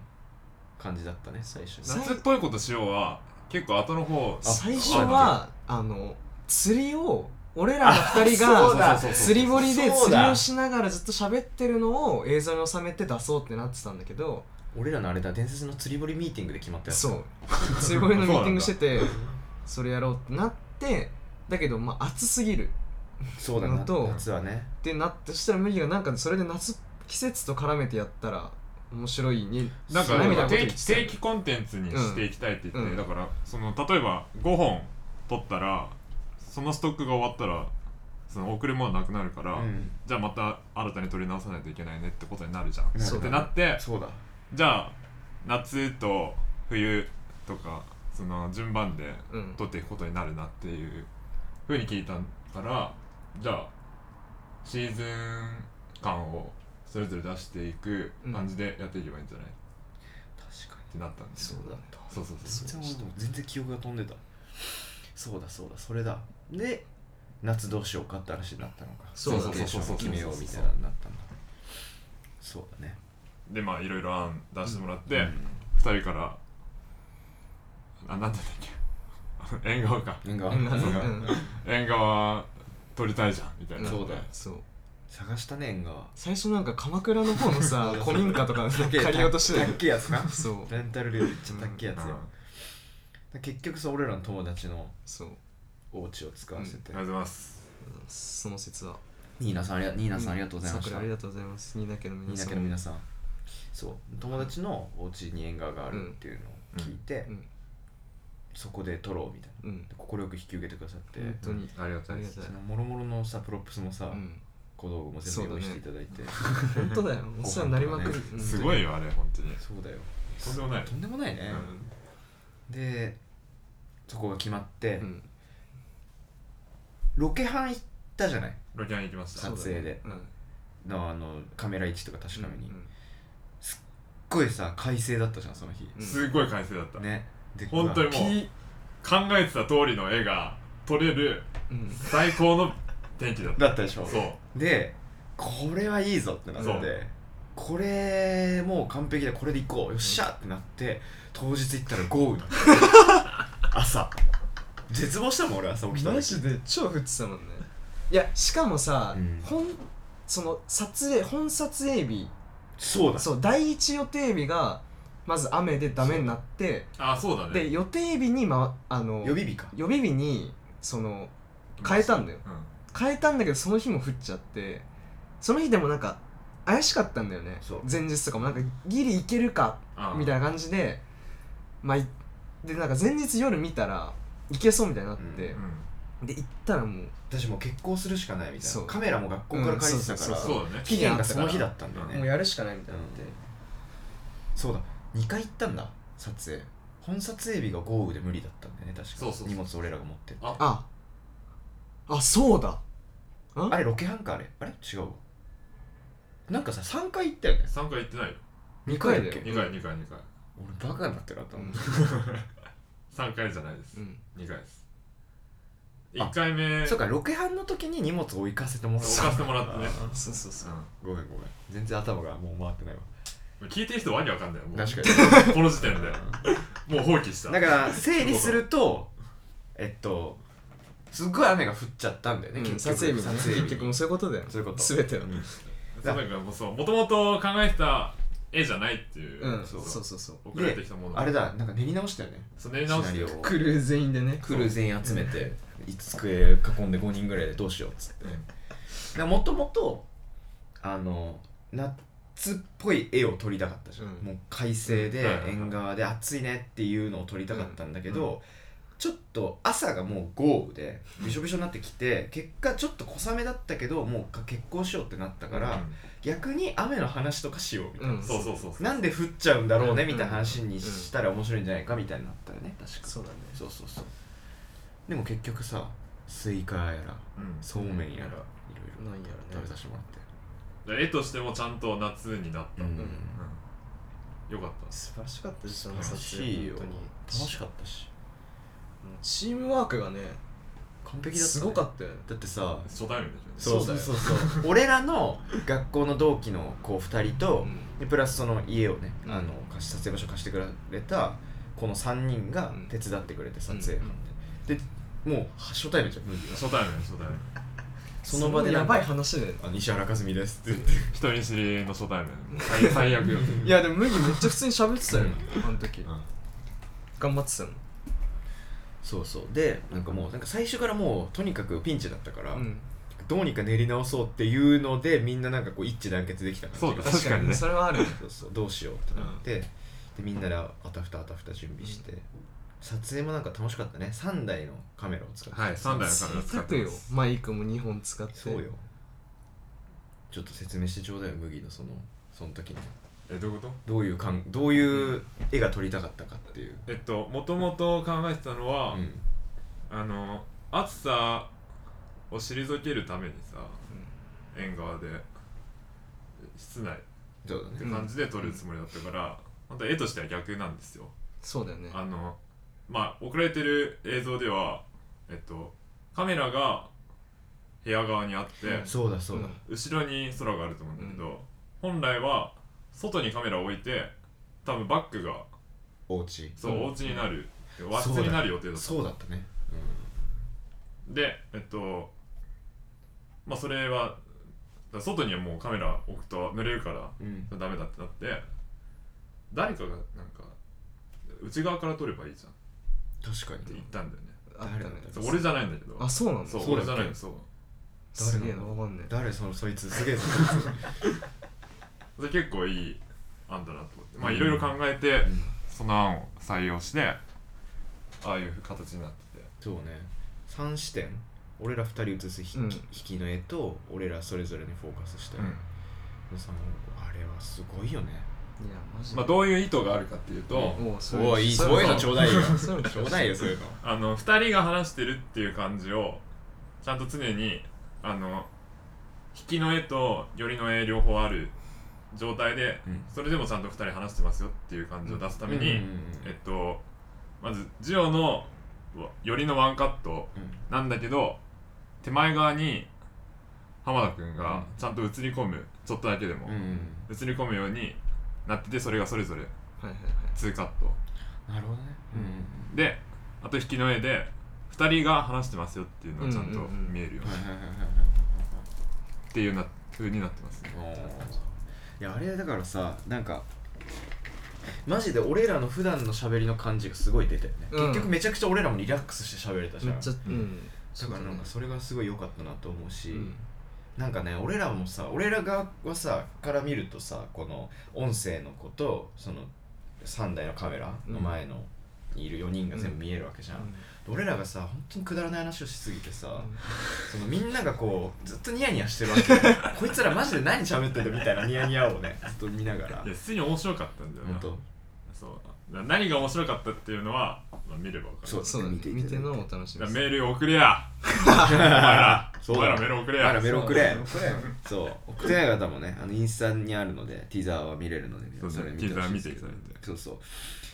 [SPEAKER 1] 感じだったね最初に
[SPEAKER 3] 夏っぽいことしようは結構後の方
[SPEAKER 2] 最初はあの釣りを俺らの2人
[SPEAKER 1] あそうだ
[SPEAKER 2] が釣り堀で
[SPEAKER 1] そう
[SPEAKER 2] 釣り
[SPEAKER 1] だ
[SPEAKER 2] をしながらずっと喋ってるのを映像に収めて出そうってなってたんだけど
[SPEAKER 1] 俺らのあれだ伝説の釣り堀ミーティングで決まったやつ
[SPEAKER 2] そう釣り堀のミーティングしててそれやろうってなってだけどまあ暑すぎる
[SPEAKER 1] そうだ
[SPEAKER 2] の
[SPEAKER 1] な
[SPEAKER 2] と
[SPEAKER 1] 夏はね
[SPEAKER 2] ってなってそしたら麦がなんかそれで夏季節と絡めてやったら面白いに
[SPEAKER 3] なんか
[SPEAKER 2] そうみたいなこと
[SPEAKER 3] 定
[SPEAKER 2] 言って
[SPEAKER 3] 期
[SPEAKER 2] た
[SPEAKER 3] 定期コンテンツにしていきたいって言って、
[SPEAKER 2] うんうん
[SPEAKER 3] だからその例えば5本取ったらそのストックが終わったらその送るものなくなるから、
[SPEAKER 1] うん
[SPEAKER 3] じゃあまた新たに取り直さないといけないねってことになるじゃん。
[SPEAKER 1] なる
[SPEAKER 2] そう
[SPEAKER 3] ってなって
[SPEAKER 1] そうだ
[SPEAKER 3] じゃあ夏と冬とかその順番で
[SPEAKER 2] うん
[SPEAKER 3] 取っていくことになるなっていうふうに聞いたからじゃあシーズン間をそれぞれ出していく感じでやっていけばいいんじゃない、っ
[SPEAKER 1] 確か
[SPEAKER 3] てなったんですよ
[SPEAKER 1] そうだった
[SPEAKER 3] そうそうそ
[SPEAKER 1] 全
[SPEAKER 3] う
[SPEAKER 1] 然もう全然記憶が飛んでたそうだそうだそれだで夏どうしようかって話になったのか
[SPEAKER 2] そう
[SPEAKER 1] ロ
[SPEAKER 2] だ
[SPEAKER 1] ケ
[SPEAKER 2] ね
[SPEAKER 1] ーションを決めようみたいなのになったんだそうだね
[SPEAKER 3] でまあいろいろ案出してもらって、
[SPEAKER 1] うん
[SPEAKER 3] 二人からあなんだったっけ縁側か
[SPEAKER 1] 縁側
[SPEAKER 2] うん
[SPEAKER 3] 縁側取りたいじゃんみたいな
[SPEAKER 1] そうだよ
[SPEAKER 2] そう
[SPEAKER 1] 探したね縁側
[SPEAKER 2] 最初なんか鎌倉の方
[SPEAKER 1] <laughs>
[SPEAKER 2] のさ古民家とか借りようとしてた
[SPEAKER 1] たっ
[SPEAKER 2] け
[SPEAKER 1] けえやつな
[SPEAKER 2] どそう
[SPEAKER 1] レンタル料めっちゃたっけえやつよ
[SPEAKER 3] う
[SPEAKER 1] だ
[SPEAKER 3] ん、
[SPEAKER 1] から結局さ俺らの友達の
[SPEAKER 2] そう
[SPEAKER 1] お家を使わせて、
[SPEAKER 3] ありがとうございます
[SPEAKER 2] その説は
[SPEAKER 1] ニーナさんありがニーナさんありがとうございまし
[SPEAKER 2] さく
[SPEAKER 1] た
[SPEAKER 2] らありがとうございます新家の
[SPEAKER 1] ニ
[SPEAKER 2] 皆
[SPEAKER 1] ーナ
[SPEAKER 2] さん
[SPEAKER 1] 家の皆さんそう友達のお家に縁側があるっていうのを聞いて、
[SPEAKER 2] うん
[SPEAKER 1] そこで撮ろうみたいな
[SPEAKER 2] うん
[SPEAKER 1] で快く引き受けてくださって、
[SPEAKER 2] 本当に
[SPEAKER 3] ありがと
[SPEAKER 2] あ
[SPEAKER 3] う
[SPEAKER 2] りが
[SPEAKER 3] ございます
[SPEAKER 2] たい
[SPEAKER 1] そのもろもろのさプロップスもさ、
[SPEAKER 2] うん
[SPEAKER 1] 小道具も全部用意していただいて
[SPEAKER 2] 本当
[SPEAKER 1] <laughs>
[SPEAKER 2] だよお世話になりまくる
[SPEAKER 1] ご飯とか
[SPEAKER 2] うん
[SPEAKER 3] すごいよあれ本当に
[SPEAKER 1] そうだよ
[SPEAKER 3] とんでもない
[SPEAKER 1] とんでもないね、でそこが決まって、
[SPEAKER 2] うん
[SPEAKER 1] ロケハン行ったじゃない
[SPEAKER 3] ロキャン行きました
[SPEAKER 1] 撮影で
[SPEAKER 2] うん
[SPEAKER 1] のあのカメラ位置とか確かめに、
[SPEAKER 2] う
[SPEAKER 1] すっ
[SPEAKER 2] ん
[SPEAKER 1] ごいさ快晴だったじゃんその日、
[SPEAKER 2] うん
[SPEAKER 3] すごい快晴だった
[SPEAKER 1] ねで
[SPEAKER 3] 本当にもう考えてた通りの絵が撮れる
[SPEAKER 2] うん
[SPEAKER 3] 最高の天気だった
[SPEAKER 1] だったでしょ
[SPEAKER 3] そう
[SPEAKER 1] でこれはいいぞってなって
[SPEAKER 3] そう
[SPEAKER 1] これもう完璧だこれで行こうよっしゃってなって当日行ったら豪雨だった朝絶望したもん俺朝起きた
[SPEAKER 2] マ
[SPEAKER 1] 時
[SPEAKER 2] ジで超降ってたもんねいやしかもさ、
[SPEAKER 1] うん
[SPEAKER 2] 本その撮影本撮影日
[SPEAKER 1] そうだ
[SPEAKER 2] そう第一予定日がまず雨でダメになって
[SPEAKER 3] あそうだね
[SPEAKER 2] で予定日に、ま、あの
[SPEAKER 1] 予備日か
[SPEAKER 2] 予備日にその変えたんだよ
[SPEAKER 3] うん
[SPEAKER 2] 変えたんだけどその日も降っちゃってその日でもなんか怪しかったんだよね
[SPEAKER 1] そう
[SPEAKER 2] 前日とかもなんかギリいけるか
[SPEAKER 3] あ
[SPEAKER 2] みたいな感じでまあいでなんか前日夜見たらいけそうみたいになって、
[SPEAKER 3] うん
[SPEAKER 2] で行ったらもう
[SPEAKER 1] 私もう結婚するしかないみたい
[SPEAKER 2] そ
[SPEAKER 1] な
[SPEAKER 2] う
[SPEAKER 1] カメラも学校から借りてたか
[SPEAKER 2] うん
[SPEAKER 1] ら
[SPEAKER 3] そうだね
[SPEAKER 1] 期限がその日だったんだよ
[SPEAKER 2] もう
[SPEAKER 1] ね
[SPEAKER 2] やるしかないみたいになって、
[SPEAKER 1] うんそうだ2回行ったんだ撮影本撮影日が豪雨で無理だったんだよね確か
[SPEAKER 3] そうそうそう
[SPEAKER 1] 荷物俺らが持ってって
[SPEAKER 3] あ
[SPEAKER 2] ああそうだ
[SPEAKER 1] あれロケハンかあれあれ違うわなんかさ3回行ったよね
[SPEAKER 3] 3回行ってないよ
[SPEAKER 1] 2回だっけ
[SPEAKER 2] 二
[SPEAKER 3] 2回2回2回
[SPEAKER 1] 俺バカになってるなと思って、
[SPEAKER 3] 3回じゃないです
[SPEAKER 2] うん
[SPEAKER 3] 2回です1回目
[SPEAKER 1] そうかロケハンの時に荷物を置かせてもらおう
[SPEAKER 3] 置かせてもらってね
[SPEAKER 2] そうそうそう
[SPEAKER 1] ごめんごめん全然頭がもう回ってないわ
[SPEAKER 3] うん聞いてる人わけわかんないよもう
[SPEAKER 1] 確 <laughs>
[SPEAKER 3] この時点で
[SPEAKER 1] か
[SPEAKER 3] もう放棄した
[SPEAKER 1] にだから整理するとえっとすっごい雨が降っちゃったんだよね、
[SPEAKER 2] うん
[SPEAKER 1] 結
[SPEAKER 2] 撮
[SPEAKER 1] 局
[SPEAKER 2] 影日もね
[SPEAKER 1] 撮影日
[SPEAKER 2] 結局もうそういうことだよ
[SPEAKER 1] そういうこと
[SPEAKER 2] 全ては
[SPEAKER 1] うん
[SPEAKER 3] そうだからもうそうもともと考えてた絵じゃないっていう
[SPEAKER 2] うん
[SPEAKER 1] そ
[SPEAKER 2] そううそうそう
[SPEAKER 3] 送られてきたもの
[SPEAKER 1] あれだなんか練り直したよね
[SPEAKER 3] そう練り直し
[SPEAKER 1] シナ
[SPEAKER 3] て
[SPEAKER 1] リオを
[SPEAKER 2] クルー全員でね
[SPEAKER 1] クルー全員集めて机囲んで5人ぐらいでどうしようっつってでもともとあの夏っぽい絵を撮りたかったじゃん、
[SPEAKER 2] うん
[SPEAKER 1] もう快晴で
[SPEAKER 3] はいはいはい
[SPEAKER 1] 縁側で暑いねっていうのを撮りたかったんだけど、
[SPEAKER 3] うん
[SPEAKER 1] ちょっと朝がもう豪雨でびしょびしょになってきて結果ちょっと小雨だったけどもうか結婚しようってなったから、逆に雨の話とかしようみたいな、
[SPEAKER 2] うん
[SPEAKER 3] そうそうそうそう
[SPEAKER 1] なんで降っちゃうんだろうねみたいな話
[SPEAKER 2] う
[SPEAKER 1] に
[SPEAKER 2] ん
[SPEAKER 1] したら面白いんじゃないかみたいになったよね確か
[SPEAKER 2] そうだね
[SPEAKER 1] そうそうそうでも結局さスイカやら
[SPEAKER 3] うん
[SPEAKER 1] そうめんやらいろいろ
[SPEAKER 2] なんや
[SPEAKER 1] 食べ
[SPEAKER 2] ろね
[SPEAKER 1] させてもらって
[SPEAKER 3] で絵としてもちゃんと夏になった、
[SPEAKER 1] うん
[SPEAKER 3] うんよかった
[SPEAKER 2] 素晴らしかったです
[SPEAKER 1] 楽しいよ楽しかったし
[SPEAKER 2] チームワークがね
[SPEAKER 1] 完璧だった、ね、
[SPEAKER 2] すごか
[SPEAKER 1] た
[SPEAKER 2] ったよね
[SPEAKER 1] だってさ
[SPEAKER 3] 初対面でし
[SPEAKER 1] そう
[SPEAKER 3] ょ
[SPEAKER 2] そうだよ
[SPEAKER 1] そうそうそう俺らの学校の同期の子2人と、
[SPEAKER 2] うん
[SPEAKER 1] でプラスその家をね、
[SPEAKER 2] うん
[SPEAKER 1] あの貸し撮影場所貸してくれたこの3人が
[SPEAKER 2] うん
[SPEAKER 1] 手伝ってくれて撮影班で、でもう初対面じゃん無理が <laughs>
[SPEAKER 3] 初対面初対面
[SPEAKER 1] その場で
[SPEAKER 2] や
[SPEAKER 1] なんか
[SPEAKER 2] ばい話だよ
[SPEAKER 1] あの石原和美ですって言って
[SPEAKER 3] 人見知りの初対面最最悪よ
[SPEAKER 2] いやでも麦めっちゃ普通に喋ってたよあの時
[SPEAKER 1] うん
[SPEAKER 2] 頑張ってたの
[SPEAKER 1] そうそうでなんかもうなんか最初からもうとにかくピンチだったから、
[SPEAKER 2] うん
[SPEAKER 1] どうにか練り直そうっていうのでみんななんかこう一致団結できた感じ
[SPEAKER 3] そう
[SPEAKER 1] が
[SPEAKER 3] だ確かにね
[SPEAKER 2] それはある
[SPEAKER 1] そうそうどうしようってなって、でみんなであたふたあたふた準備して、撮影もなんか楽しかったね3台のカメラを使って、
[SPEAKER 3] はい3台のカメラ使
[SPEAKER 2] 贅
[SPEAKER 3] って
[SPEAKER 2] 沢よ
[SPEAKER 3] ます
[SPEAKER 2] マイクも2本使って
[SPEAKER 1] そうよちょっと説明してちょうだいよ麦のそのその時に
[SPEAKER 3] えどういうこと
[SPEAKER 1] どういうかんどういう絵が撮りたかったかっていう、
[SPEAKER 3] えっともともと考えてたのは、
[SPEAKER 1] うん
[SPEAKER 3] あの暑さを退けるためにさ縁側で室内
[SPEAKER 1] そうだ
[SPEAKER 3] って
[SPEAKER 1] ね
[SPEAKER 3] 感じで撮るつもりだったから、本当は絵としては逆なんですよ
[SPEAKER 2] そうだよね
[SPEAKER 3] あのまあ送られてる映像ではえっとカメラが部屋側にあって、
[SPEAKER 2] うん
[SPEAKER 1] そうだそうだ、
[SPEAKER 2] う
[SPEAKER 3] 後ろに空があると思うんだけど、本来は外にカメラを置いて多分バックが
[SPEAKER 1] お家
[SPEAKER 3] そう、
[SPEAKER 2] うん
[SPEAKER 3] お家になる和室になる予定だった
[SPEAKER 1] そうだったね、
[SPEAKER 3] でえっとまあそれはだ外にはもうカメラ置くと濡れるから
[SPEAKER 1] うんうん、
[SPEAKER 3] ダメだってなって誰かがなんか内側から撮ればいいじゃんっ
[SPEAKER 1] 確か
[SPEAKER 3] て
[SPEAKER 1] に
[SPEAKER 3] 言ったんだよね、
[SPEAKER 2] あったね
[SPEAKER 1] 誰だ
[SPEAKER 3] そう俺じゃないんだけど
[SPEAKER 2] あそうなんだ
[SPEAKER 3] そう
[SPEAKER 1] そうだ
[SPEAKER 3] 俺
[SPEAKER 1] っ
[SPEAKER 3] じ
[SPEAKER 1] け
[SPEAKER 3] ゃないそう
[SPEAKER 2] すげえなわかんねえ
[SPEAKER 1] 誰そのそいつすげえぞ
[SPEAKER 3] それ結構いい案だなと思ってまあ
[SPEAKER 1] うん
[SPEAKER 3] いろいろ考えて、
[SPEAKER 1] ん
[SPEAKER 3] その案を採用してああいう形になってて
[SPEAKER 1] <laughs> そうね3視点俺ら2人写す引き,、
[SPEAKER 2] うん
[SPEAKER 1] 引きの絵と俺らそれぞれにフォーカスした絵の三本あれはすごいよね
[SPEAKER 2] いやマジ
[SPEAKER 3] まあどういう意図があるかっていうと、
[SPEAKER 1] う
[SPEAKER 2] おうそう
[SPEAKER 1] おいいいそういうのちょうだいよ
[SPEAKER 2] <laughs> そういうの
[SPEAKER 1] ちょうだいよ <laughs> そういうの
[SPEAKER 3] あの2人が話してるっていう感じをちゃんと常にあの引きの絵と寄りの絵両方ある状態で、
[SPEAKER 1] うん
[SPEAKER 3] それでもちゃんと2人話してますよっていう感じを出すために、
[SPEAKER 1] うんうん
[SPEAKER 3] えっとまずジオのわ寄りのワンカット
[SPEAKER 1] うん
[SPEAKER 3] なんだけど手前側に浜田君
[SPEAKER 1] うん
[SPEAKER 3] がちゃんと映り込むちょっとだけでも、
[SPEAKER 1] うんうん
[SPEAKER 3] 映り込むようになっててそれがそれぞれ
[SPEAKER 2] はいはいはい
[SPEAKER 3] 2カット
[SPEAKER 1] なるほどね
[SPEAKER 3] であと引きの絵で2人が話してますよっていうのがちゃん
[SPEAKER 2] う
[SPEAKER 3] と
[SPEAKER 2] んうんうん
[SPEAKER 3] 見えるよう
[SPEAKER 1] は
[SPEAKER 3] に
[SPEAKER 1] いはいはいはいはい
[SPEAKER 3] っていうな風になってますね
[SPEAKER 1] はいいやあれだからさなんかマジで俺らの普段の喋りの感じがすごい出てるね、
[SPEAKER 2] うん
[SPEAKER 1] 結局めちゃくちゃ俺らもリラックスして喋れたじ
[SPEAKER 2] め
[SPEAKER 1] ゃん
[SPEAKER 2] っちゃう
[SPEAKER 3] うん
[SPEAKER 1] だからなんかそれがすごい良かったなと思うし、
[SPEAKER 2] うん
[SPEAKER 1] なんかね俺らもさ俺ら側はさから見るとさこの音声の子とその3台のカメラの前の、にいる4人が全部見えるわけじゃん、俺らがさ本当にくだらない話をしすぎてさ、そのみんながこうずっとニヤニヤしてるわけよ
[SPEAKER 3] <laughs>
[SPEAKER 1] こいつらマジで何喋ってんだみたいなニヤニヤをねずっと見ながら
[SPEAKER 3] いや普通に面白かったんだよ
[SPEAKER 1] 本
[SPEAKER 3] な
[SPEAKER 1] 当
[SPEAKER 3] そうな何が面白かったっていうのは、まあ、見れば分かる
[SPEAKER 1] そう
[SPEAKER 2] そうだね
[SPEAKER 1] 見ていただ
[SPEAKER 2] 見
[SPEAKER 1] いて
[SPEAKER 2] てのお楽しみで
[SPEAKER 3] だか
[SPEAKER 2] す
[SPEAKER 3] らメール送れやお前らお前らメール送れ
[SPEAKER 1] あら
[SPEAKER 3] や
[SPEAKER 1] メール送れ
[SPEAKER 2] そうだね
[SPEAKER 1] そう送ってない方もねあのインスタにあるのでティザーは見れるので
[SPEAKER 3] そうそう
[SPEAKER 1] れ
[SPEAKER 3] ティザー
[SPEAKER 1] ほし
[SPEAKER 3] 見
[SPEAKER 1] い
[SPEAKER 3] てい
[SPEAKER 1] です
[SPEAKER 3] ただいて
[SPEAKER 1] そうそう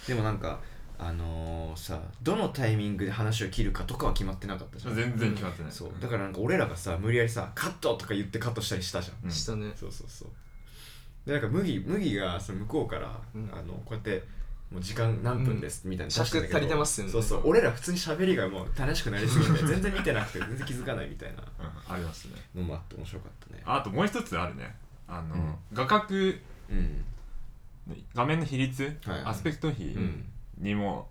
[SPEAKER 1] でもなんかあのーさどのタイミングで話を切るかとかは決まってなかったじゃん
[SPEAKER 3] 全然決まってない、
[SPEAKER 1] そうだからなんか俺らがさ無理やりさカットとか言ってカットしたりしたじゃん、
[SPEAKER 3] うん
[SPEAKER 2] したね
[SPEAKER 1] そうそうそうでなんか麦麦がその向こうから、
[SPEAKER 2] うん
[SPEAKER 1] あのこうやってもう時間何分ですみたいな出してんだけど
[SPEAKER 2] 尺足りてますよね
[SPEAKER 1] そうそう俺ら普通に喋りがもう楽しくなりすぎて全然見てなくて全然気づかないみたいな
[SPEAKER 3] うんありましたね
[SPEAKER 1] のもあって面白かったね
[SPEAKER 3] ああともう一つあるねあの、
[SPEAKER 1] うん
[SPEAKER 3] 画角
[SPEAKER 1] うん
[SPEAKER 3] 画面の比率、
[SPEAKER 1] はいはい
[SPEAKER 3] アスペクト比
[SPEAKER 1] うん
[SPEAKER 3] にも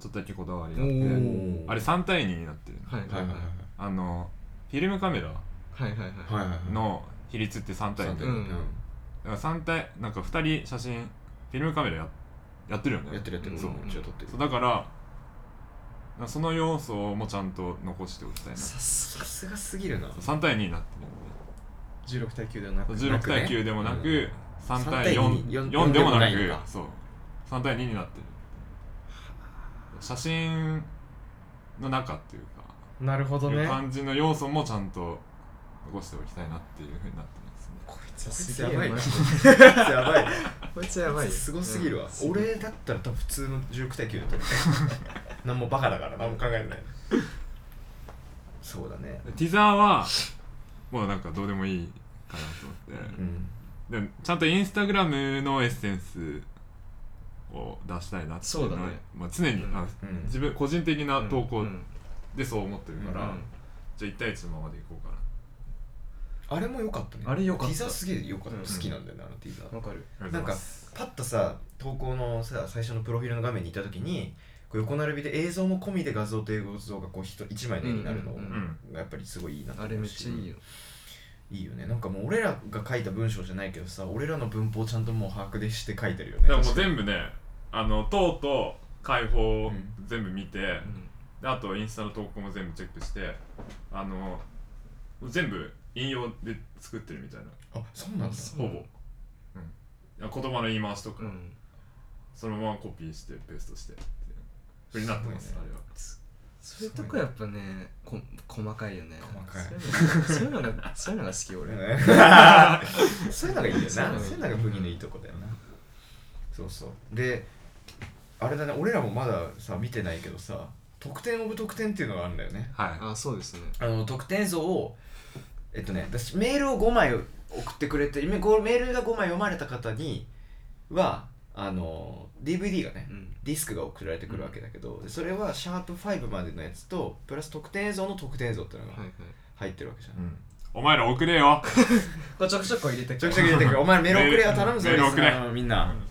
[SPEAKER 3] ちょっとだけこだわりがあって、
[SPEAKER 2] お
[SPEAKER 3] あれ3対2になってるの、
[SPEAKER 2] はい
[SPEAKER 1] は
[SPEAKER 2] はいい
[SPEAKER 1] はい
[SPEAKER 2] は
[SPEAKER 1] はい
[SPEAKER 3] あのフィルムカメラ
[SPEAKER 2] いはいはい
[SPEAKER 1] はい
[SPEAKER 2] は
[SPEAKER 1] はいはい
[SPEAKER 3] の比率って3対2、
[SPEAKER 1] 三
[SPEAKER 3] だ
[SPEAKER 1] 点
[SPEAKER 2] う
[SPEAKER 3] か
[SPEAKER 2] ん
[SPEAKER 3] ら3対なんか2人写真フィルムカメラややってるよ
[SPEAKER 1] う
[SPEAKER 3] ね
[SPEAKER 1] んやってるやってる
[SPEAKER 3] そう
[SPEAKER 1] うん一応撮ってる
[SPEAKER 3] そうだからその要素もちゃんと残しておきたい
[SPEAKER 2] い
[SPEAKER 3] な
[SPEAKER 2] さす
[SPEAKER 1] さすがすぎるな
[SPEAKER 3] 3対2になってるよね
[SPEAKER 1] 16対9ではなく
[SPEAKER 3] 16対9でもな
[SPEAKER 1] うん
[SPEAKER 3] く3
[SPEAKER 1] 対
[SPEAKER 3] 対
[SPEAKER 1] 4 4
[SPEAKER 3] 4, でもな
[SPEAKER 1] でもないの
[SPEAKER 3] く
[SPEAKER 1] か
[SPEAKER 3] そう3対2になってる写真の中っていうか
[SPEAKER 2] なるほど
[SPEAKER 3] いう
[SPEAKER 2] ね
[SPEAKER 3] 感じの要素もちゃんと残しておきたいなっていうふうになってますね
[SPEAKER 2] こい
[SPEAKER 1] こい
[SPEAKER 2] つ
[SPEAKER 1] つ
[SPEAKER 2] や
[SPEAKER 1] や
[SPEAKER 2] ば
[SPEAKER 1] ば
[SPEAKER 2] い
[SPEAKER 1] い
[SPEAKER 2] な
[SPEAKER 1] なやばいな
[SPEAKER 2] こいつやばいよ
[SPEAKER 1] すごすぎるわ、
[SPEAKER 2] うん
[SPEAKER 1] 俺だったら多分普通の16対9だったら <laughs> 何もバカだから何も考えないそうだね
[SPEAKER 3] でティザーはもうなんかどうでもいいかなと思って
[SPEAKER 1] うん
[SPEAKER 3] でもちゃんとインスタグラムのエッセンスを出したいなっていう
[SPEAKER 2] そう
[SPEAKER 3] の
[SPEAKER 2] だ
[SPEAKER 3] は
[SPEAKER 2] ね
[SPEAKER 3] まあ、常に、
[SPEAKER 2] うん
[SPEAKER 3] あ
[SPEAKER 1] うん
[SPEAKER 3] 自分個人的な投
[SPEAKER 2] う
[SPEAKER 3] 稿
[SPEAKER 2] ん
[SPEAKER 3] でそう思ってるから、
[SPEAKER 2] うん
[SPEAKER 3] じゃあ1対1のままでいこうかなっ
[SPEAKER 1] あれも良かったね
[SPEAKER 2] あれ良かった
[SPEAKER 1] ティザーすげえ良かった、
[SPEAKER 2] うん
[SPEAKER 1] 好きなんだよねあのティザー
[SPEAKER 2] わかる
[SPEAKER 3] りがと
[SPEAKER 1] な
[SPEAKER 3] うん
[SPEAKER 1] か
[SPEAKER 3] ございます
[SPEAKER 1] パッとさ投稿のさ最初のプロフィールの画面にいた時にこう横並びで映像も込みで画像と映像がこうひと一枚の絵になるの
[SPEAKER 2] うんうん
[SPEAKER 3] うん
[SPEAKER 1] がやっぱりすごいいいなと
[SPEAKER 2] あ
[SPEAKER 1] 思
[SPEAKER 2] れ
[SPEAKER 1] う
[SPEAKER 2] めっ
[SPEAKER 1] し
[SPEAKER 2] ちゃいいよ
[SPEAKER 1] いいよねなんかもう俺らが書いた文章じゃないけどさ俺らの文法ちゃんともう把握でして書いてるよね
[SPEAKER 3] だからもう全部ねあのとうとう解放を
[SPEAKER 1] うん
[SPEAKER 3] 全部見て、
[SPEAKER 2] うん
[SPEAKER 3] であとインスタの投稿も全部チェックしてあの全部引用で作ってるみたいな
[SPEAKER 1] あそうなんだ
[SPEAKER 2] あそう
[SPEAKER 3] ほぼ、うん、言葉の言い回しとか、
[SPEAKER 2] うん
[SPEAKER 3] そのままコピーしてペーストしてってふうになってます
[SPEAKER 1] すご
[SPEAKER 3] あ
[SPEAKER 1] いね
[SPEAKER 3] れは
[SPEAKER 2] そういうとこやっぱねこ細かいよね
[SPEAKER 1] 細かい
[SPEAKER 2] そういうのがそういうのが好き俺
[SPEAKER 1] ね <laughs> そういうのがいいよな
[SPEAKER 2] そういうのがいい
[SPEAKER 1] そういうのが麦のいいとこだよなそうそうであれだね俺らもまださ見てないけどさ得点オブ得点っていうのがあるんだよね
[SPEAKER 3] は
[SPEAKER 2] あそうですね
[SPEAKER 1] あの得点像をえっとね私メールを5枚送ってくれてメごメールが5枚読まれた方にはあの DVD がね、
[SPEAKER 2] うん
[SPEAKER 1] ディスクが送られてくるわけだけど、でそれはシャープ5までのやつとプラス特典映像の特典映像っていうの
[SPEAKER 2] はい
[SPEAKER 1] が
[SPEAKER 2] はい
[SPEAKER 1] 入ってるわけじゃん、
[SPEAKER 3] うん、お前ら送れよ
[SPEAKER 2] これちょくちょく入れて
[SPEAKER 1] ちょくちょく入れてくるお前メール送れ
[SPEAKER 3] メー
[SPEAKER 1] よ
[SPEAKER 3] ル
[SPEAKER 1] 頼むぞ
[SPEAKER 3] メール
[SPEAKER 1] リスナーのみんな、
[SPEAKER 3] うん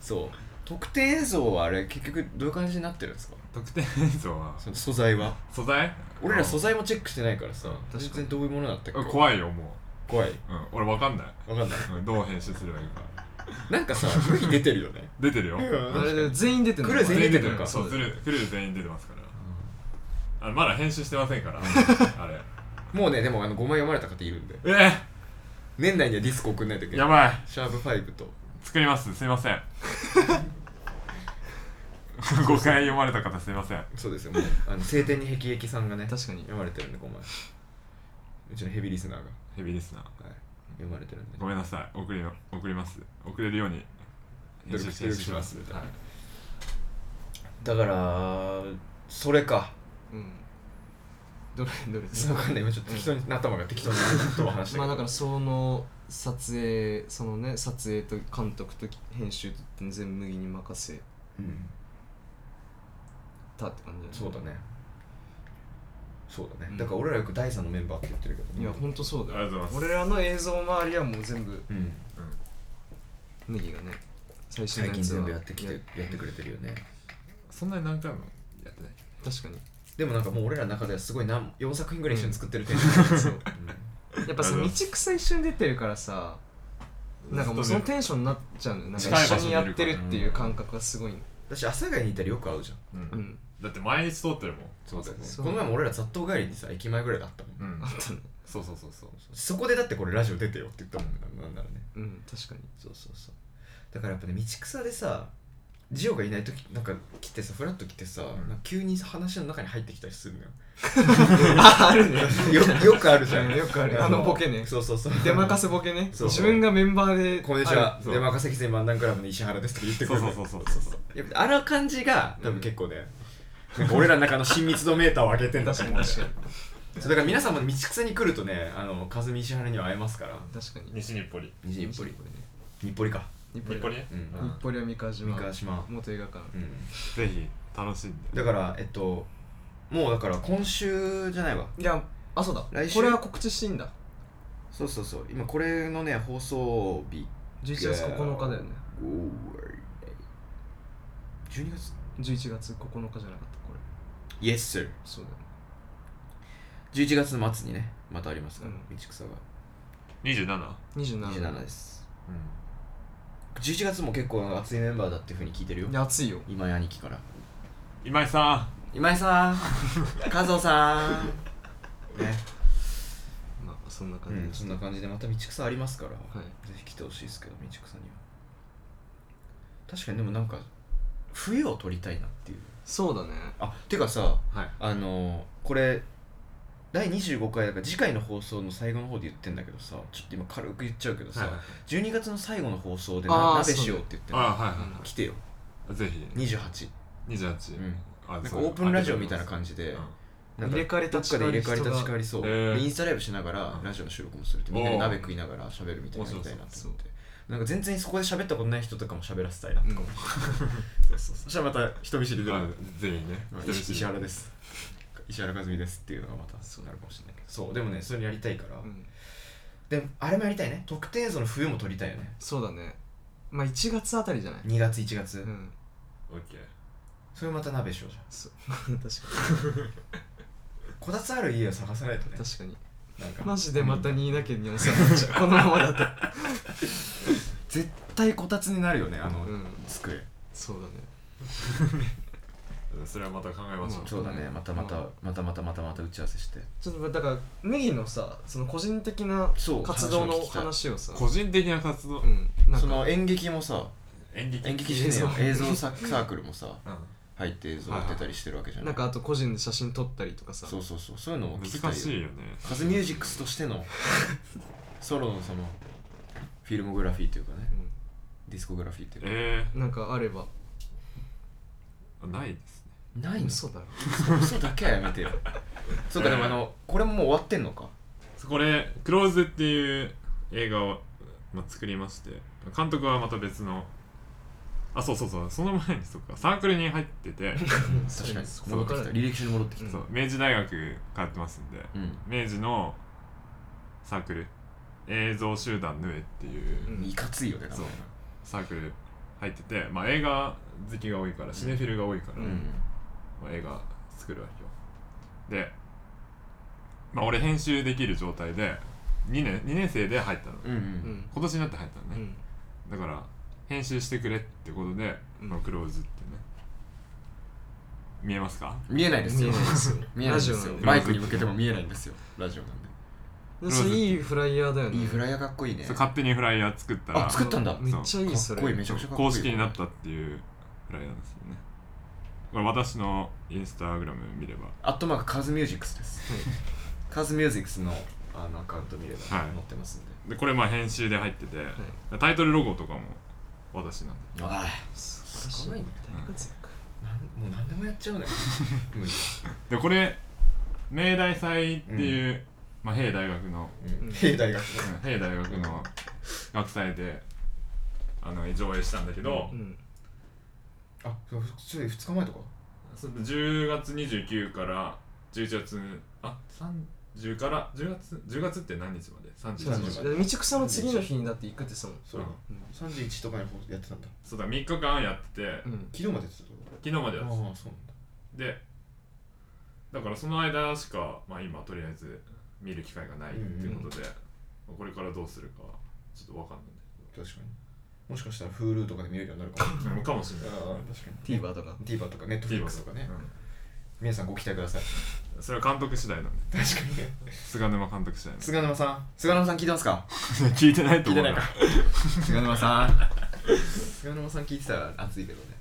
[SPEAKER 1] そう特典映像はあれ結局どういう感じになってるんですか
[SPEAKER 3] 得点映像は
[SPEAKER 1] その素材は
[SPEAKER 3] 素材
[SPEAKER 1] 俺ら素
[SPEAKER 3] 材
[SPEAKER 1] 材もチェックしてないからさ
[SPEAKER 2] 確かに
[SPEAKER 1] 全然どういうものだったっけい
[SPEAKER 3] 怖いよも、
[SPEAKER 1] 怖いう
[SPEAKER 3] うん、俺わかんない、
[SPEAKER 1] わかんない
[SPEAKER 3] うん、どう編集すればいいか
[SPEAKER 1] なんかさ無理出てるよね
[SPEAKER 3] 出てるよ、
[SPEAKER 1] うん
[SPEAKER 2] あれ全員出てる
[SPEAKER 1] クルー全員出てるのか
[SPEAKER 3] そう
[SPEAKER 2] だ
[SPEAKER 3] ク
[SPEAKER 2] よ
[SPEAKER 3] ルークルー全員出てますからあまだ編集してませんからあれ
[SPEAKER 1] もうねでもあの5枚読まれた方いるんで
[SPEAKER 3] え
[SPEAKER 1] 年内にはディスク送んないといけ
[SPEAKER 3] ー、
[SPEAKER 1] な
[SPEAKER 3] や
[SPEAKER 1] い
[SPEAKER 3] ばい
[SPEAKER 1] シャープ5と
[SPEAKER 3] 作りますすい
[SPEAKER 1] <laughs>
[SPEAKER 3] ません5回読まれた方すいません
[SPEAKER 1] そうですよもうあの晴天に霹靂さんがね
[SPEAKER 2] 確かに
[SPEAKER 1] 読まれてるんで5枚うちのヘビーリスナーが、は
[SPEAKER 3] ヘビーリスナー
[SPEAKER 1] い、読まれてるんで
[SPEAKER 3] ごめんなさい送りの送ります送れるように
[SPEAKER 1] 努力
[SPEAKER 3] 編集して
[SPEAKER 1] します
[SPEAKER 3] はい
[SPEAKER 1] だからそれか
[SPEAKER 2] うんどれどれ
[SPEAKER 1] 分かんない今ちょっと適当に、頭が適当にと話して
[SPEAKER 2] まあだからその撮影そのね撮影と監督と編集とって全部麦に任せ
[SPEAKER 1] うん
[SPEAKER 2] たって感じだよね
[SPEAKER 1] そうだねそうだね、
[SPEAKER 2] うん
[SPEAKER 1] だから俺らよく第三のメンバーって言ってるけどね
[SPEAKER 2] いやほんとそうだ
[SPEAKER 3] ありが
[SPEAKER 2] よ
[SPEAKER 3] とうございます
[SPEAKER 2] 俺らの映像周りはもう全部
[SPEAKER 1] うん
[SPEAKER 3] うん
[SPEAKER 2] 麦がね最新の
[SPEAKER 1] 最
[SPEAKER 2] や
[SPEAKER 1] 近
[SPEAKER 2] つは
[SPEAKER 1] 全部やってきて
[SPEAKER 2] い
[SPEAKER 1] やってくれてるよね
[SPEAKER 3] そんなに何回もやってない
[SPEAKER 2] 確
[SPEAKER 3] <laughs>
[SPEAKER 2] かに
[SPEAKER 1] でもなんかもう俺らの中ではすごい何4作品ぐらい一緒に作ってるテンシ
[SPEAKER 2] そう
[SPEAKER 1] ョン、
[SPEAKER 2] やっぱさ
[SPEAKER 3] ありがとうござい
[SPEAKER 2] 道
[SPEAKER 3] ます
[SPEAKER 2] 草一緒に出てるからさなんかもうそのテンションになっちゃうのよなんか
[SPEAKER 3] 近い
[SPEAKER 2] 一
[SPEAKER 3] 場
[SPEAKER 2] 緒
[SPEAKER 3] 所
[SPEAKER 2] に
[SPEAKER 3] に
[SPEAKER 2] や
[SPEAKER 3] い
[SPEAKER 2] っ
[SPEAKER 3] るから
[SPEAKER 2] てるっていう感覚がすごいの
[SPEAKER 1] 私阿佐ヶ谷にいたらよく会うじゃん
[SPEAKER 3] うん
[SPEAKER 2] うん
[SPEAKER 3] だって毎日通ってるもん
[SPEAKER 1] そうだよね
[SPEAKER 2] そ
[SPEAKER 1] こ
[SPEAKER 2] う
[SPEAKER 1] の前も俺ら雑踏帰りにさ駅前ぐらいだったもん
[SPEAKER 3] うん
[SPEAKER 2] あったね
[SPEAKER 3] そうそうそうそう
[SPEAKER 1] そこでだってこれラジオ出てよって言ったもんなんならね
[SPEAKER 2] うん確
[SPEAKER 3] <laughs>
[SPEAKER 2] かに
[SPEAKER 1] そうそうそうだからやっぱね道草でさジオがいない時なんか来てさフラッと来てさ、
[SPEAKER 3] ん
[SPEAKER 1] なんか急にさ話の中に入ってきたりするのよ
[SPEAKER 2] あある
[SPEAKER 3] <laughs>
[SPEAKER 2] ね
[SPEAKER 1] よよくあるじゃん
[SPEAKER 2] うんよくあるあのボケね
[SPEAKER 1] そうそうそう
[SPEAKER 2] 出任せボケね
[SPEAKER 1] そう
[SPEAKER 2] 自分がメンバーで
[SPEAKER 1] こんにち
[SPEAKER 2] あ
[SPEAKER 1] は
[SPEAKER 3] そう
[SPEAKER 1] 出任せ喫煙漫談クラブの石原ですとか言ってく
[SPEAKER 3] そう
[SPEAKER 1] る
[SPEAKER 3] そうそうそうそう
[SPEAKER 1] うあの感じが多分結構ね、なんか俺らの中の <laughs> 親密度メーターを上げてん
[SPEAKER 2] る
[SPEAKER 1] だと
[SPEAKER 2] 確
[SPEAKER 1] 思
[SPEAKER 2] か
[SPEAKER 1] う
[SPEAKER 2] に
[SPEAKER 1] んだよ
[SPEAKER 2] 確かに
[SPEAKER 1] そうだから皆さんも道草に来るとねあの和美石原には会えますから
[SPEAKER 2] 確かに
[SPEAKER 3] 西日暮里
[SPEAKER 1] 西日暮里
[SPEAKER 2] 里ね
[SPEAKER 1] 日暮里か
[SPEAKER 2] 日
[SPEAKER 3] 日暮
[SPEAKER 2] 暮
[SPEAKER 3] 里
[SPEAKER 2] 里
[SPEAKER 3] ね
[SPEAKER 1] うん
[SPEAKER 2] 日暮里は三ヶ
[SPEAKER 1] 三
[SPEAKER 2] 島
[SPEAKER 1] 河島
[SPEAKER 2] 元映画館
[SPEAKER 1] うん
[SPEAKER 3] ぜひ楽しんで
[SPEAKER 1] だからえっともうだから今週じゃないわ
[SPEAKER 2] いやあそうだ
[SPEAKER 1] 来週
[SPEAKER 2] これは告知していいんだ
[SPEAKER 1] そうそうそう今これのね放送日
[SPEAKER 2] 11月9日だよね
[SPEAKER 1] 12月
[SPEAKER 2] 11月9日じゃなかったこれ
[SPEAKER 1] Yes sir
[SPEAKER 2] そうだよね
[SPEAKER 1] 11月の末にねまたありますから、
[SPEAKER 2] う
[SPEAKER 1] 道草が
[SPEAKER 3] 27
[SPEAKER 2] 27
[SPEAKER 1] 27です
[SPEAKER 3] うん
[SPEAKER 1] 11月も結構熱いメンバーだっていうふうに聞いてるよ
[SPEAKER 2] いや暑いよ
[SPEAKER 1] 今井兄貴から
[SPEAKER 3] 今井さ
[SPEAKER 1] 今井さ
[SPEAKER 2] <laughs>
[SPEAKER 1] ん和夫さんね
[SPEAKER 2] まあそんな <laughs> 感
[SPEAKER 1] う
[SPEAKER 2] じ
[SPEAKER 1] ん
[SPEAKER 2] で
[SPEAKER 1] そ
[SPEAKER 2] す
[SPEAKER 1] ん
[SPEAKER 2] は
[SPEAKER 1] な感じでまた道草ありますから、
[SPEAKER 2] い
[SPEAKER 1] ぜひ来てほしいですけど道草には確かにでもなんか冬を撮りたいなっていう
[SPEAKER 2] そうだね
[SPEAKER 1] あてかさ
[SPEAKER 2] はい
[SPEAKER 1] あのーこれ第25回だから次回の放送の最後の方で言ってんだけどさちょっと今軽く言っちゃうけどさ、12月の最後の放送でな
[SPEAKER 2] あー
[SPEAKER 1] 鍋しようって言ってん
[SPEAKER 3] あ
[SPEAKER 1] の
[SPEAKER 3] はいは
[SPEAKER 1] 来てよ
[SPEAKER 3] いぜひ
[SPEAKER 1] 28
[SPEAKER 3] 28
[SPEAKER 1] うん
[SPEAKER 3] あ
[SPEAKER 1] なんか
[SPEAKER 3] そう
[SPEAKER 1] オープンラジオみたいな感じ
[SPEAKER 3] う
[SPEAKER 1] で
[SPEAKER 3] ん
[SPEAKER 1] なんか
[SPEAKER 2] 入れ替わり
[SPEAKER 1] どっかで入れ替わり立ち替わりそう、
[SPEAKER 3] へー
[SPEAKER 1] でインスタライブしながらラジオの収録もするってみんなで
[SPEAKER 3] おー
[SPEAKER 1] 鍋食いながら喋るみたいなのやりたいなと
[SPEAKER 2] そ
[SPEAKER 1] 思
[SPEAKER 2] うそうそう
[SPEAKER 1] ってなんか全然そこで喋ったことない人とかも喋らせたいなとか思って、そうそうそしたらまた人見知りで、
[SPEAKER 3] あぜひね
[SPEAKER 1] まあ
[SPEAKER 3] 人見知
[SPEAKER 1] 石
[SPEAKER 3] り
[SPEAKER 1] 石原です石原和美ですっていうのがまたそうなるかもしれないけどそうでもねそれやりたいから、
[SPEAKER 2] うん
[SPEAKER 1] であれもやりたいね特定映像の冬も撮りたいよね
[SPEAKER 2] そうだねまあ1月あたりじゃない
[SPEAKER 1] 2月1月、
[SPEAKER 2] うん
[SPEAKER 3] オッケー
[SPEAKER 1] それまた鍋しようじゃん
[SPEAKER 2] そう <laughs> 確か
[SPEAKER 1] こたつある家を探さないとね
[SPEAKER 2] に確かに
[SPEAKER 1] なんか
[SPEAKER 2] マジでまた新潟県にお世話になっちゃうこのままだと
[SPEAKER 1] 絶対こたつになるよねあの、
[SPEAKER 2] うん
[SPEAKER 1] 机
[SPEAKER 2] そうだね
[SPEAKER 3] それはまた考えましょう、
[SPEAKER 2] ん
[SPEAKER 1] そうだねまたまた、
[SPEAKER 2] うん
[SPEAKER 1] またまたまたまた打ち合わせして
[SPEAKER 2] ちょっとだから麦のさその個人的な
[SPEAKER 1] そう
[SPEAKER 2] 活動
[SPEAKER 1] 話を
[SPEAKER 2] の
[SPEAKER 1] 聞きたい
[SPEAKER 2] 話をさ
[SPEAKER 3] 個人的な活動、
[SPEAKER 2] うんなん
[SPEAKER 1] そ
[SPEAKER 2] か
[SPEAKER 1] の演劇もさ
[SPEAKER 3] 演劇
[SPEAKER 1] 演劇じゃねえよ映
[SPEAKER 2] 映
[SPEAKER 1] 像
[SPEAKER 2] 像
[SPEAKER 1] サーサークルもさ
[SPEAKER 3] う
[SPEAKER 1] 入って映像やってたりしてるわけじゃない、
[SPEAKER 2] なんかあと個人で写真撮ったりとかさ
[SPEAKER 1] そうそうそうそういうのも
[SPEAKER 3] ん
[SPEAKER 1] 聞きたいよ
[SPEAKER 3] 難しいよね
[SPEAKER 1] カズミュージックスとして
[SPEAKER 2] <laughs>
[SPEAKER 1] のソロのそのフィルモグラフィーというかねディスコグラフィーというか
[SPEAKER 3] え
[SPEAKER 2] うんなんかあれば
[SPEAKER 3] ー、ないですね
[SPEAKER 1] ないの
[SPEAKER 2] 嘘だろ
[SPEAKER 1] 嘘だけはやめて
[SPEAKER 2] <laughs>
[SPEAKER 1] よそうかでもあのこれももう終わってんのか
[SPEAKER 3] そうこれ「クローズっていう映画を、まあ、作りまして監督はまた別のあそうそうそうその前にそっかサークルに入ってて、
[SPEAKER 1] 確かに
[SPEAKER 2] そう
[SPEAKER 1] 戻ってきた
[SPEAKER 2] そう
[SPEAKER 1] 履歴書に戻ってきた
[SPEAKER 3] そう明治大学通ってますんで
[SPEAKER 1] うん、
[SPEAKER 3] 明治のサークル映像集団ヌエっていう、
[SPEAKER 2] うん
[SPEAKER 1] いかついよね多
[SPEAKER 3] そう
[SPEAKER 1] 分
[SPEAKER 3] サークル入ってて、まあ、映画好きが多いからシネフィルが多いから、
[SPEAKER 2] うん
[SPEAKER 3] まあ、映画作るわけよで、まあ、俺編集できる状態で2年 ,2 年生で入ったの、
[SPEAKER 1] うんうん
[SPEAKER 2] う
[SPEAKER 1] うん
[SPEAKER 2] ん
[SPEAKER 3] 今年になって入ったの
[SPEAKER 2] う
[SPEAKER 3] ね、
[SPEAKER 2] ん
[SPEAKER 3] だから編集してくれってことで、
[SPEAKER 2] うん
[SPEAKER 3] まあ、クローズってね見えますか
[SPEAKER 1] 見えないです
[SPEAKER 2] 見え
[SPEAKER 1] よ
[SPEAKER 2] ないですよ
[SPEAKER 1] <laughs> 見えないですよ
[SPEAKER 2] ラジオなんで
[SPEAKER 1] マイクに向けても見えないんですよラジオなんで
[SPEAKER 2] でそれいいフライヤーだよね
[SPEAKER 1] いいフライヤーかっこいいね
[SPEAKER 3] そう勝手にフライヤー作ったら
[SPEAKER 1] あ作ったんだ
[SPEAKER 2] めっちゃいいそれ
[SPEAKER 1] かっこいいめちゃくちゃかっこいい
[SPEAKER 3] 公式になったっていうフライヤーなんですよねこれ私のインスタグラム見れば
[SPEAKER 1] アットマークカズミュージックスです
[SPEAKER 2] はい
[SPEAKER 1] カズミュージックスのあのアカウント見れば載
[SPEAKER 3] はい
[SPEAKER 1] ってますんで、
[SPEAKER 3] でこれまあ編集で入ってて、タイトルロゴとかも私なんで
[SPEAKER 1] あ
[SPEAKER 2] 素晴らしい大活躍
[SPEAKER 1] あなんもう何でもやっちゃう
[SPEAKER 2] <laughs>
[SPEAKER 1] ね無理
[SPEAKER 3] でこれ明大祭っていう、まあ、兵大学の、
[SPEAKER 1] うん
[SPEAKER 2] うん
[SPEAKER 1] 兵 <laughs> 大学
[SPEAKER 3] うん兵大学の学祭であの上映したんだけど、
[SPEAKER 2] うん
[SPEAKER 1] あそうそれ2日前とか
[SPEAKER 3] それで10月29から11月あ30から10月10月って何日まで
[SPEAKER 2] そうそうそう
[SPEAKER 3] 30日
[SPEAKER 2] 道草の次の日にだって行くってその
[SPEAKER 1] そうだ、
[SPEAKER 2] うん
[SPEAKER 1] 31とかにやってたんだ
[SPEAKER 3] そうだ3日間やってて、
[SPEAKER 2] うん
[SPEAKER 1] 昨日までやってたとこ
[SPEAKER 3] 昨日まで
[SPEAKER 1] あ
[SPEAKER 3] や
[SPEAKER 1] あー
[SPEAKER 3] って
[SPEAKER 1] そうなんだ
[SPEAKER 3] てでだからその間しか、まあ、今とりあえず見る機会がないっていうことで、これからどうするかちょっとわかんないんだ
[SPEAKER 1] 確かにもしかしたら Hulu とかで見れるようになるかも <laughs>
[SPEAKER 3] けど、うん、かもしれない
[SPEAKER 1] ああ確かに
[SPEAKER 2] TVer とか
[SPEAKER 1] TVer とか Netflix とかね、皆さんご期待ください
[SPEAKER 3] うんそれは監督次第なんで
[SPEAKER 1] 確かにね
[SPEAKER 3] 菅沼監督次第
[SPEAKER 1] 菅沼さん菅沼さん聞いてますか
[SPEAKER 3] なんで聞いてないと思う
[SPEAKER 1] 聞いて
[SPEAKER 3] な
[SPEAKER 1] 菅沼さん <laughs> 菅沼さん聞いてたら熱いけどね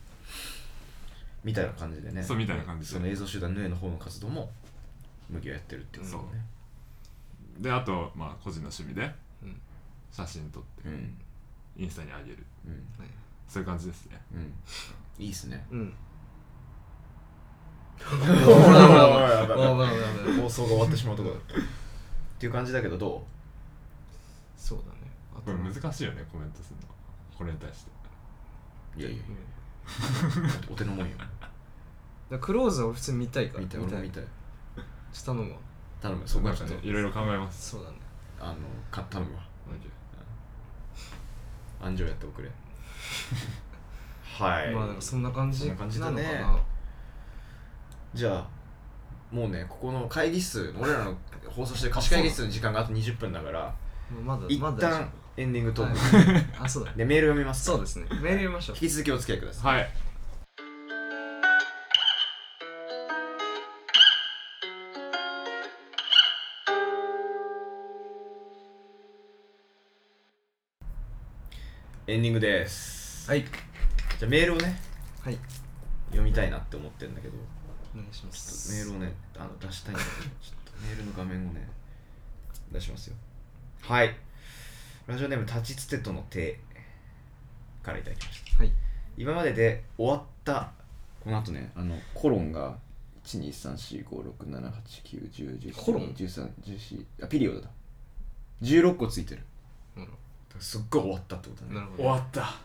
[SPEAKER 1] みたいな感じでね
[SPEAKER 3] そうみたいな感じで
[SPEAKER 1] その映像集団ヌエの方の活動も麦をやってるっていうことね
[SPEAKER 3] であとまあ個人の趣味で
[SPEAKER 2] うん
[SPEAKER 3] 写真撮って
[SPEAKER 1] うん
[SPEAKER 3] インスタに上げる
[SPEAKER 1] うん
[SPEAKER 2] はい
[SPEAKER 3] そういう感じですね
[SPEAKER 1] うんいいっすね
[SPEAKER 2] うん <laughs>
[SPEAKER 1] ほらほらほ <laughs>
[SPEAKER 2] ああまあまあまあ
[SPEAKER 1] 放送が終わってしまうとこだっていう感じだけどど
[SPEAKER 2] そうだねあ
[SPEAKER 3] ことれ難しいよねコメントするのこれに対して
[SPEAKER 1] ういやいや
[SPEAKER 2] うん
[SPEAKER 1] お手のもんよ
[SPEAKER 2] だからクローズは俺普通に <laughs> 見たいから
[SPEAKER 1] 見たい俺も見たい
[SPEAKER 2] ちょっと頼むわ
[SPEAKER 1] 頼むよそこは
[SPEAKER 3] なん
[SPEAKER 1] ちょ
[SPEAKER 3] か
[SPEAKER 1] っと
[SPEAKER 3] ねいろいろ考えます
[SPEAKER 2] そうだね
[SPEAKER 1] あのか頼むわ安城やっておく
[SPEAKER 2] <laughs>
[SPEAKER 1] れはい、
[SPEAKER 2] まあなんかそんな感
[SPEAKER 1] そん
[SPEAKER 2] じ
[SPEAKER 1] な
[SPEAKER 2] な
[SPEAKER 1] 感
[SPEAKER 2] の
[SPEAKER 1] じだ
[SPEAKER 2] か
[SPEAKER 1] ね
[SPEAKER 2] な
[SPEAKER 1] じゃあもうねここの会議室俺らの放送してる貸し会議室の時間があと20分だから
[SPEAKER 2] まだ
[SPEAKER 1] 一
[SPEAKER 2] まだ大丈
[SPEAKER 1] 旦エンディング
[SPEAKER 2] 夫
[SPEAKER 1] トーク、
[SPEAKER 2] はい <laughs> あそうだね
[SPEAKER 1] でメール読みます
[SPEAKER 2] そうですねメール読みましょう
[SPEAKER 1] 引き続きお付き合いください
[SPEAKER 3] はい
[SPEAKER 1] エンディングです、
[SPEAKER 2] はい
[SPEAKER 1] じゃあメールをね
[SPEAKER 2] はい
[SPEAKER 1] 読みたいなって思ってるんだけど
[SPEAKER 2] お願いしま
[SPEAKER 1] ちょ
[SPEAKER 2] す
[SPEAKER 1] っとメールをねあの出したいんだけどちょっとメールの画面をね出しますよはいラジオネーム「タチツテとの手」からいただきました
[SPEAKER 2] はい
[SPEAKER 1] 今までで終わったこの後ねあのコロンが1234567891011
[SPEAKER 2] コロン
[SPEAKER 1] 1314あピリオドだ16個ついてる
[SPEAKER 2] なる
[SPEAKER 1] すっごい終わったってこと
[SPEAKER 2] ほ
[SPEAKER 1] だ
[SPEAKER 2] どな
[SPEAKER 1] ね
[SPEAKER 2] るほ
[SPEAKER 3] 終
[SPEAKER 2] ど
[SPEAKER 3] わった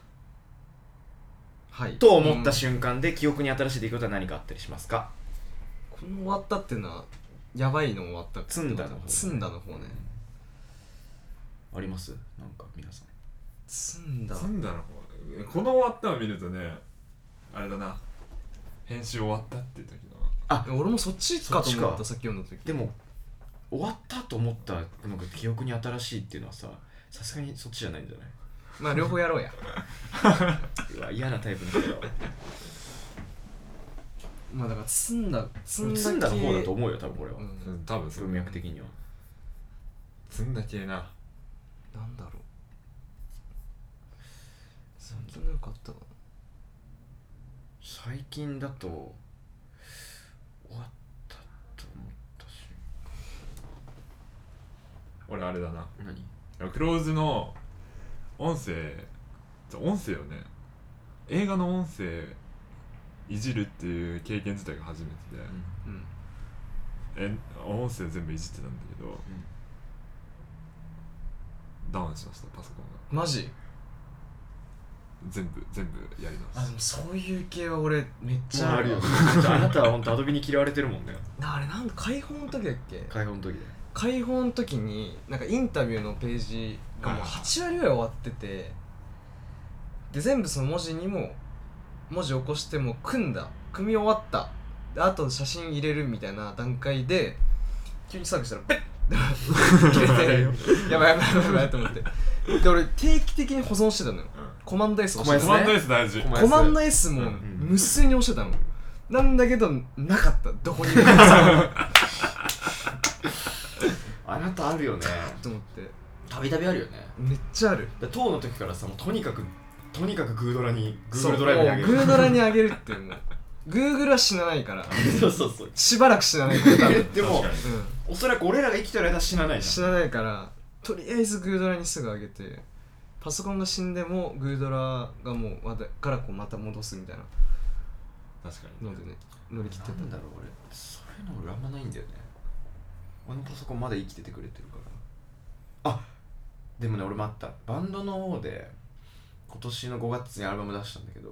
[SPEAKER 2] はい
[SPEAKER 1] と思った瞬間で記憶に新しい出来事は何かあったりしますか
[SPEAKER 2] この終わったっていうのはやばいの終わったってこと
[SPEAKER 1] 積んだの方
[SPEAKER 2] 積んだの方ね
[SPEAKER 1] ありますなんか皆さん
[SPEAKER 2] 積んだ
[SPEAKER 3] なんだろうこの終わったを見るとねあれだな編集終わったって時だな
[SPEAKER 2] 俺もそっちか
[SPEAKER 1] そ
[SPEAKER 2] と思っ
[SPEAKER 1] っち
[SPEAKER 2] た
[SPEAKER 1] か
[SPEAKER 2] さっき読んだ時
[SPEAKER 1] でも終わったと思ったのが記憶に新しいっていうのはささすがにそっちじゃないんじゃない
[SPEAKER 2] まあ両方やろうや
[SPEAKER 1] うわ嫌なタイプの人だわ
[SPEAKER 2] まあだから積んだ積んだ
[SPEAKER 1] 積んだの
[SPEAKER 2] 系
[SPEAKER 1] 方だと思うよ多分これは、
[SPEAKER 2] うん
[SPEAKER 3] うん多分
[SPEAKER 1] 文脈的には
[SPEAKER 3] 積んだ系な
[SPEAKER 2] なんだろう最近なんかあったか
[SPEAKER 1] 最近だと終わったと思ったし
[SPEAKER 3] 俺あれだな
[SPEAKER 1] 何
[SPEAKER 3] クローズの音声音声よね映画の音声いじるっていう経験自体が初めてで、
[SPEAKER 1] うん
[SPEAKER 2] なうん
[SPEAKER 3] え音声全部いじってたんだけどダウンしましたパソコンが
[SPEAKER 2] マジ
[SPEAKER 3] 全部全部やり
[SPEAKER 2] あ
[SPEAKER 3] 直
[SPEAKER 2] で
[SPEAKER 3] し
[SPEAKER 2] もそういう系は俺めっちゃ
[SPEAKER 1] あるよ <laughs> ねちょっとあなたは本当アドビに嫌われてるもんね
[SPEAKER 2] なあれなんか解放の時だっけ
[SPEAKER 1] 解放の時で <laughs>
[SPEAKER 2] 解放の時になんかインタビューのページがもう
[SPEAKER 3] あー
[SPEAKER 2] 8割ぐらい終わっててで全部その文字にも文字起こしても組んだ組み終わったであと写真入れるみたいな段階で急にサーブしたらペッって切れて <laughs> やばいやばいやばいやばいと思ってで俺定期的に保存してたのよコマンド S 押して
[SPEAKER 3] コ
[SPEAKER 2] た
[SPEAKER 3] マンド S 大事
[SPEAKER 1] コマンド S
[SPEAKER 2] コマンド S
[SPEAKER 3] う
[SPEAKER 2] も
[SPEAKER 3] ん
[SPEAKER 2] 無数に押してたの、なんだけどなかったどこに
[SPEAKER 1] <laughs>
[SPEAKER 2] でもさ
[SPEAKER 1] あなたあるよね
[SPEAKER 2] と思って
[SPEAKER 1] たびたびあるよね
[SPEAKER 2] めっちゃある
[SPEAKER 1] で当の時からさもうとにかくとにかくグードラにグーグルドライブにあげ
[SPEAKER 2] そうもう
[SPEAKER 1] る
[SPEAKER 2] Google ドラにあげるっていうもう Google は死なないから
[SPEAKER 1] <laughs> そうそうそう
[SPEAKER 2] しばらく死なないか
[SPEAKER 1] <laughs>
[SPEAKER 2] ら多分、
[SPEAKER 1] でも
[SPEAKER 3] 確かに
[SPEAKER 2] う
[SPEAKER 1] おそらく俺らが生きてる間死なない
[SPEAKER 2] ん、
[SPEAKER 1] じ
[SPEAKER 2] 死
[SPEAKER 1] ゃん
[SPEAKER 2] なないからとりあえず Google ドラにすぐあげてパソコンが死んでも Google ドラがもうわたからこうまた戻すみたいな
[SPEAKER 3] 確かに
[SPEAKER 2] のでね乗り切って
[SPEAKER 1] なん
[SPEAKER 2] た
[SPEAKER 1] だろう俺そういうの俺あんまないんだよね俺のパソコンまだ生きててくれてるからあでもね俺もあったバンドの方で今年の5月にアルバム出したんだけど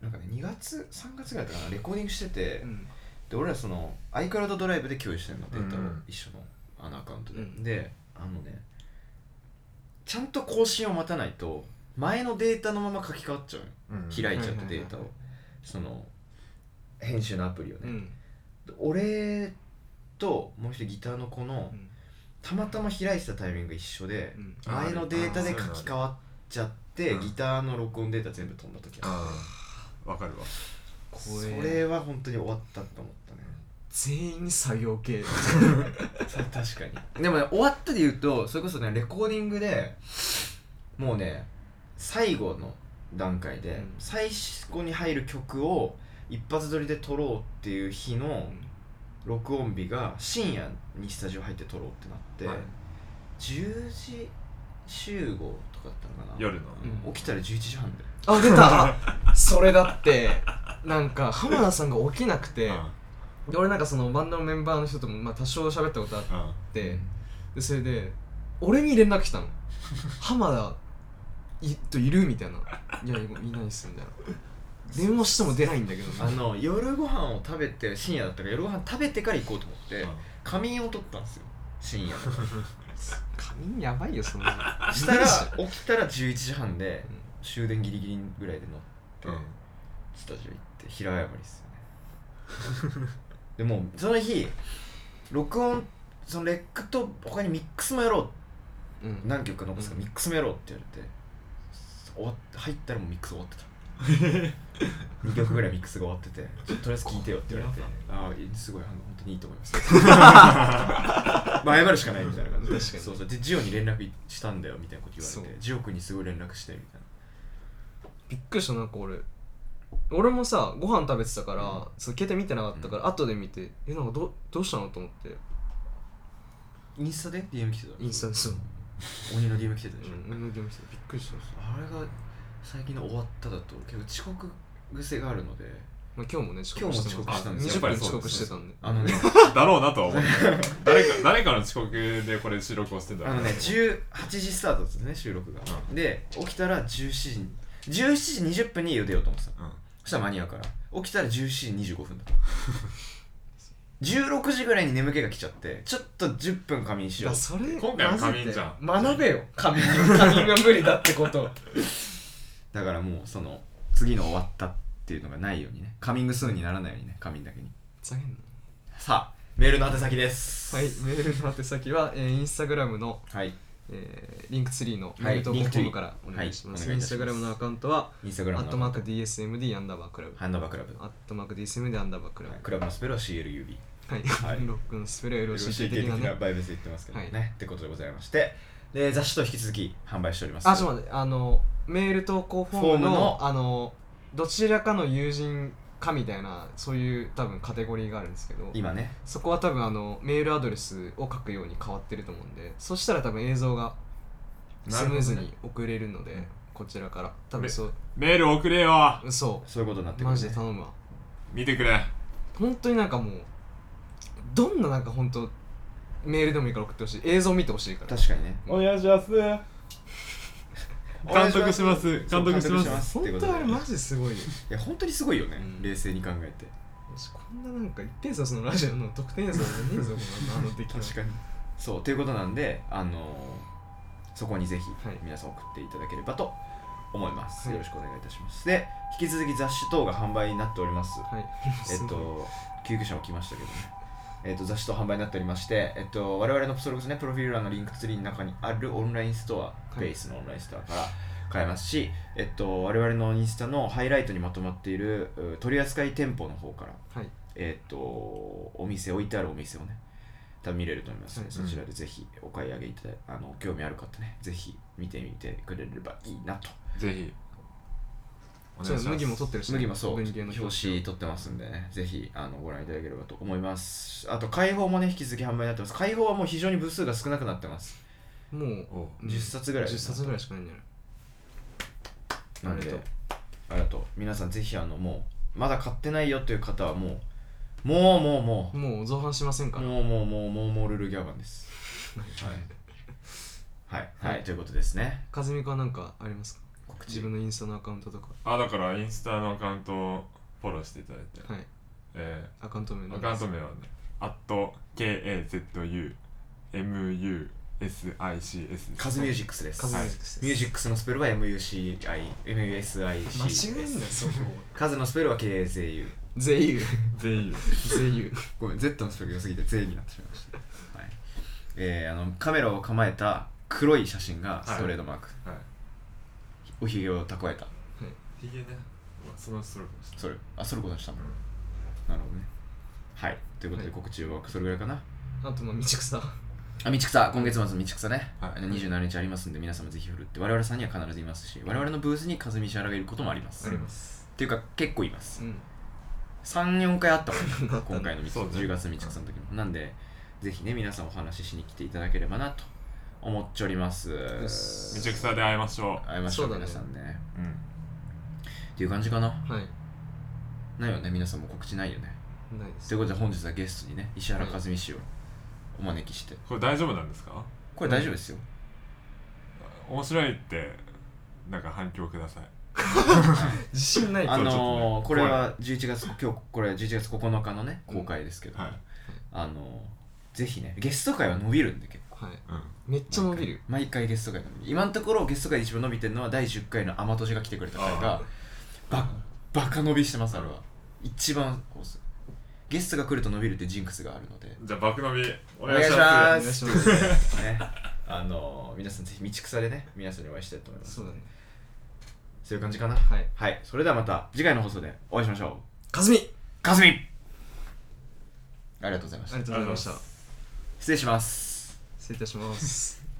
[SPEAKER 1] なんかね2月3月ぐらいだったかなレコーディングしてて、
[SPEAKER 2] うん
[SPEAKER 1] で俺らその iCloud ドライブで共有してるのデータを
[SPEAKER 3] うんうん
[SPEAKER 1] 一緒のあのアカウントで、
[SPEAKER 2] うん
[SPEAKER 1] であのねちゃんと更新を待たないと前のデータのまま書き換わっちゃうのよ
[SPEAKER 3] うん
[SPEAKER 1] 開いちゃっ
[SPEAKER 2] う
[SPEAKER 1] て
[SPEAKER 2] ん
[SPEAKER 1] データをその編集のアプリをね、
[SPEAKER 2] うん
[SPEAKER 1] で俺ともう一人ギターの子の
[SPEAKER 2] うん
[SPEAKER 1] たまたま開いてたタイミングが一緒で
[SPEAKER 2] うん
[SPEAKER 3] あ
[SPEAKER 1] 前のデータで書き換わっちゃって
[SPEAKER 3] うん
[SPEAKER 1] ギターの録音データ全部飛んだ時あ
[SPEAKER 3] ああわかる
[SPEAKER 1] る
[SPEAKER 3] わ
[SPEAKER 2] 怖
[SPEAKER 1] それ
[SPEAKER 2] え
[SPEAKER 1] は本当に終わったと思ったね
[SPEAKER 2] 全員作業系
[SPEAKER 1] 確かにでもね終わったで言うとそれこそねレコーディングでもうね最後の段階で、
[SPEAKER 2] うん
[SPEAKER 1] 最後に入る曲を一発撮りで撮ろうっていう日の録音日が深夜にスタジオ入って撮ろうってなって、
[SPEAKER 3] はい
[SPEAKER 1] 10時集合とかだったのかな
[SPEAKER 3] 夜の
[SPEAKER 1] うん起きたら11時半だよ
[SPEAKER 2] あ出たそれだってなんか浜田さんが起きなくて、
[SPEAKER 3] うん
[SPEAKER 2] で俺なんかそのバンドのメンバーの人ともまあ多少喋ったことあっ
[SPEAKER 3] うん
[SPEAKER 2] て、でそれで俺に連絡来たの浜田いといるみたいな「いやいいないっす」みたいな電話しても出ないんだけ
[SPEAKER 1] <laughs>
[SPEAKER 2] ど
[SPEAKER 1] あの夜ご飯を食べて深夜だったから夜ご飯食べてから行こうと思って仮眠を取ったんですよ深夜
[SPEAKER 2] 仮眠やばいよその
[SPEAKER 1] したら起きたら11時半で終電ギリギリぐらいで乗って、
[SPEAKER 3] うん
[SPEAKER 1] スタジオ行って平謝りっすよねでもうその日録音そのレックと他にミックスもやろう
[SPEAKER 2] うん、うん、
[SPEAKER 1] 何曲か残すから
[SPEAKER 2] うん
[SPEAKER 1] ミックスもやろうって言われて終わっ入ったらもうミックス終わってた
[SPEAKER 2] <laughs>
[SPEAKER 1] 2曲ぐらいミックスが終わっててちょっととりあえず聴いてよって言われてああすごいあの本当にいいと思います
[SPEAKER 2] <laughs>
[SPEAKER 1] まあ謝るしかないみたいな感じで
[SPEAKER 2] 確かに
[SPEAKER 1] そうそうでジオに連絡したんだよみたいなこと言われ
[SPEAKER 2] そ
[SPEAKER 1] てジオ君にすごい連絡してみたいな
[SPEAKER 2] びっくりしたなんか俺俺もさご飯食べてたから、
[SPEAKER 1] うん
[SPEAKER 2] そう携帯見てなかったから、後で見てえなんかどどうしたのと思って
[SPEAKER 1] インスタで DM 来てた
[SPEAKER 2] インスタでそう
[SPEAKER 1] 鬼の DM 来てたでしょ、
[SPEAKER 2] うんうんびっくりした、
[SPEAKER 1] あれが最近の終わっただと結構遅刻癖があるので
[SPEAKER 2] まあ、今日もね遅刻して
[SPEAKER 1] 今日も遅刻したんです
[SPEAKER 2] 20
[SPEAKER 3] よ
[SPEAKER 2] 分遅刻してたんで
[SPEAKER 1] あの
[SPEAKER 2] <laughs>
[SPEAKER 1] ね
[SPEAKER 3] だろうなとは思った誰か誰かの遅刻でこれ収録をしてた
[SPEAKER 1] あのね、18時スタートですね、収録が。で、起きたら17時に、17時20分に家を出ようと思ってた。
[SPEAKER 3] うん
[SPEAKER 1] そしたら間に合うから。起きたら17時25分だった。 16時ぐらいに眠気が来ちゃってちょっと10分仮眠しよ
[SPEAKER 2] だ
[SPEAKER 1] う
[SPEAKER 2] それ
[SPEAKER 3] 今回は仮眠じゃん
[SPEAKER 2] マジで学べよ仮眠仮眠が無理だってこと
[SPEAKER 1] だからもうその次の終わったっていうのがないようにねカミングスーンにならないようにね仮眠だけに
[SPEAKER 2] ざけんな
[SPEAKER 1] さあメールの宛先です
[SPEAKER 2] はい、メールの宛先は、えー、インスタグラムの、
[SPEAKER 1] はい
[SPEAKER 2] えー、リンクツリーの
[SPEAKER 1] い
[SPEAKER 2] メール投稿フォー
[SPEAKER 1] Linktree
[SPEAKER 2] ムからお願いします。
[SPEAKER 1] はいお願いい
[SPEAKER 2] イン
[SPEAKER 1] た
[SPEAKER 2] ス
[SPEAKER 1] し
[SPEAKER 2] タ
[SPEAKER 1] ます
[SPEAKER 2] グラムのアカウントは、
[SPEAKER 1] インスタグ
[SPEAKER 2] ア
[SPEAKER 1] ラム
[SPEAKER 2] ットマー
[SPEAKER 1] の
[SPEAKER 2] ク DSMD アンダーバークラブ。
[SPEAKER 1] ハンドバークラブ
[SPEAKER 2] アットマーク DSMD アンダーバークラ
[SPEAKER 1] はいクラブのスペルは CLUB
[SPEAKER 2] ブ。はい、
[SPEAKER 1] はい
[SPEAKER 2] ロックンスプレー LCK 的
[SPEAKER 1] LCK
[SPEAKER 2] な
[SPEAKER 1] 的な
[SPEAKER 2] ね。
[SPEAKER 1] バイブス言ってますけどね、
[SPEAKER 2] は
[SPEAKER 1] ってことでございましてで雑誌と引き続き販売しております
[SPEAKER 2] あ、ちょっと待って、あの、メール投稿フォ
[SPEAKER 1] フ
[SPEAKER 2] ームの、
[SPEAKER 1] ォームの
[SPEAKER 2] あの、どちらかの友人かみたいな、そういう多分カテゴリーがあるんですけど、
[SPEAKER 1] 今ね
[SPEAKER 2] そこは多分あの、メールアドレスを書くように変わってると思うんで、そしたら多分映像がスムーズに送れるので、
[SPEAKER 1] うん
[SPEAKER 2] こちらから多分そう
[SPEAKER 3] メール送れよ
[SPEAKER 2] 嘘
[SPEAKER 1] そういうことになってくる、ね、
[SPEAKER 2] マジで頼むわ
[SPEAKER 3] 見てくれ
[SPEAKER 2] 本当になんかもうどんななんか本当メールでもいいから送ってほしい映像見てほしいから
[SPEAKER 1] 確かにね
[SPEAKER 3] お願いし <laughs> ます監督します監督し
[SPEAKER 1] そう監督
[SPEAKER 3] ます
[SPEAKER 1] します
[SPEAKER 2] 本当にあれマジですごいよ
[SPEAKER 1] いや本当にすごいよね、
[SPEAKER 2] うん
[SPEAKER 1] 冷静に考えて
[SPEAKER 2] 私こんななんか一点差そのラジオの特典映像じゃねえぞこんなのあの出来は
[SPEAKER 1] 確かにそうということなんであのーそこにぜひ
[SPEAKER 2] はい
[SPEAKER 1] 皆さん送っていただければと思います、
[SPEAKER 2] はい
[SPEAKER 1] よろしくお願いいたしますで引き続き雑誌等が販売になっております
[SPEAKER 2] はい
[SPEAKER 1] えっと救急車も来ましたけどねえっと、雑誌と販売になっておりまして、えっと、我々のそれこそねプロフィール欄のリンクツリーの中にあるオンラインストア、
[SPEAKER 2] い
[SPEAKER 1] ベースのオンラインストアから買えますし、えっと、我々のインスタのハイライトにまとまっているう取扱店舗の方から
[SPEAKER 2] はい
[SPEAKER 1] えっ、と、お店、置いてあるお店をね、多分見れると思いますので、
[SPEAKER 2] うん
[SPEAKER 1] そちらでぜひお買い上げいただいあの、興味ある方ね、ぜひ見てみてくれればいいなと。
[SPEAKER 3] ぜひお
[SPEAKER 2] ちょ
[SPEAKER 3] 願い
[SPEAKER 2] っと
[SPEAKER 3] します
[SPEAKER 2] 麦も取ってるしね
[SPEAKER 1] 麦もそう、
[SPEAKER 2] 文
[SPEAKER 1] 表
[SPEAKER 2] 芸の
[SPEAKER 1] 紙
[SPEAKER 2] 表紙
[SPEAKER 1] 取ってますんでね、ぜひあのご覧いただければと思います。あと、開放もね、引き続き販売になってます。開放はもう非常に部数が少なくなってます。
[SPEAKER 2] もう
[SPEAKER 3] おう
[SPEAKER 2] うん
[SPEAKER 1] 10冊ぐらい
[SPEAKER 2] 10冊ぐらいしかないんじゃない
[SPEAKER 1] なの
[SPEAKER 2] あり
[SPEAKER 1] で
[SPEAKER 2] がとう、
[SPEAKER 1] ありがとう。皆さん、ぜひ、あの、もう、まだ買ってないよという方は、もう、もう、もう、もう、
[SPEAKER 2] もう造反しませんから
[SPEAKER 1] もう、もう、もう、もう、もう、ルルギャバンです。はい、はい、ということですね。
[SPEAKER 2] 和美君は何かありますか
[SPEAKER 1] 告
[SPEAKER 2] 自分のインスタのアカウントとか
[SPEAKER 3] あだからインスタのアカウントをフォローしていただいて、
[SPEAKER 2] はい
[SPEAKER 3] え
[SPEAKER 2] アカウント名
[SPEAKER 3] ー
[SPEAKER 2] な
[SPEAKER 3] ア
[SPEAKER 2] ん
[SPEAKER 3] カウ
[SPEAKER 2] で
[SPEAKER 3] ン
[SPEAKER 2] す
[SPEAKER 3] ト名はね @KAZUMUSICS です
[SPEAKER 1] カズミュージックスです
[SPEAKER 2] カズミュ
[SPEAKER 1] は
[SPEAKER 2] ー
[SPEAKER 1] い
[SPEAKER 2] ジックスです
[SPEAKER 1] ミュージックスのスペルは MUCI MUSIC
[SPEAKER 2] 間違えんなよそこ
[SPEAKER 1] カズのスペルは KZU
[SPEAKER 2] 全員
[SPEAKER 3] 全員
[SPEAKER 2] 全員
[SPEAKER 1] ごめん Z のスペルが良すぎて Z になってしまいました、はいえー、あのカメラを構えた黒い写真がストレートマーク、
[SPEAKER 3] はい
[SPEAKER 1] おひげを蓄えた
[SPEAKER 3] ひげねうわそのストロークもした
[SPEAKER 1] それあそれことにしたもんなるほどねはいということで
[SPEAKER 2] はい
[SPEAKER 1] 告知はそれぐらいかな、
[SPEAKER 2] あとまあ道草
[SPEAKER 1] あ道草今月末の道草ね、
[SPEAKER 3] はい
[SPEAKER 1] 27日ありますんで皆様ぜひ振るって我々さんには必ずいますし我々のブースにカズミシャラがいることもあります、
[SPEAKER 2] あります
[SPEAKER 1] っていうか結構います
[SPEAKER 2] うん
[SPEAKER 1] 34回あったもん
[SPEAKER 2] あ
[SPEAKER 1] ね
[SPEAKER 2] ったね
[SPEAKER 1] 今回の道草
[SPEAKER 3] そうね
[SPEAKER 1] 10月道草の時も、なんでぜひね皆さんお話ししに来ていただければなと思っております
[SPEAKER 2] っす
[SPEAKER 3] 道草で会いましょ
[SPEAKER 1] 会いましょう
[SPEAKER 2] そうだね
[SPEAKER 1] 皆さんね
[SPEAKER 3] ううん
[SPEAKER 1] っていう感じかな
[SPEAKER 2] はい
[SPEAKER 1] ないよね皆さんも告知ないよね
[SPEAKER 2] ないです
[SPEAKER 1] ということで本日はゲストにね石原和美氏をお招きして
[SPEAKER 3] これ大丈夫なんですか
[SPEAKER 1] これ大丈夫ですよ、
[SPEAKER 3] 面白いってなんか反響ください
[SPEAKER 2] 自信ない
[SPEAKER 1] あ
[SPEAKER 2] けど
[SPEAKER 3] ちょっ
[SPEAKER 1] の
[SPEAKER 3] と
[SPEAKER 1] ー、
[SPEAKER 3] ね
[SPEAKER 1] これは11月今日これ11月9日のね公開ですけど、
[SPEAKER 3] はい
[SPEAKER 1] あのー、ぜひねゲスト会は伸びるんで結構
[SPEAKER 2] はい
[SPEAKER 3] うん
[SPEAKER 2] めっちゃ伸びる
[SPEAKER 1] 毎回ゲスト会なのに今のところゲスト会で一番伸びてるのは第10回の天とが来てくれた回がババカ伸びしてますあれは一番ゲストが来ると伸びるってジンクスがあるので、
[SPEAKER 3] じゃあ爆伸びお
[SPEAKER 1] 願いします
[SPEAKER 2] お
[SPEAKER 1] あ
[SPEAKER 2] 願いします
[SPEAKER 1] ね、 <laughs> あのー皆さんぜひ道草でね皆さんにお会いしたいと思います
[SPEAKER 2] そうだね
[SPEAKER 1] そういう感じかな
[SPEAKER 2] はい
[SPEAKER 1] はいそれではまた次回の放送でお会いしましょう
[SPEAKER 2] かずみ
[SPEAKER 1] かすみありがとうございまし
[SPEAKER 2] あ
[SPEAKER 1] た
[SPEAKER 2] りがとうございました
[SPEAKER 3] ありがとうございます
[SPEAKER 1] 失礼します
[SPEAKER 2] 失礼いたします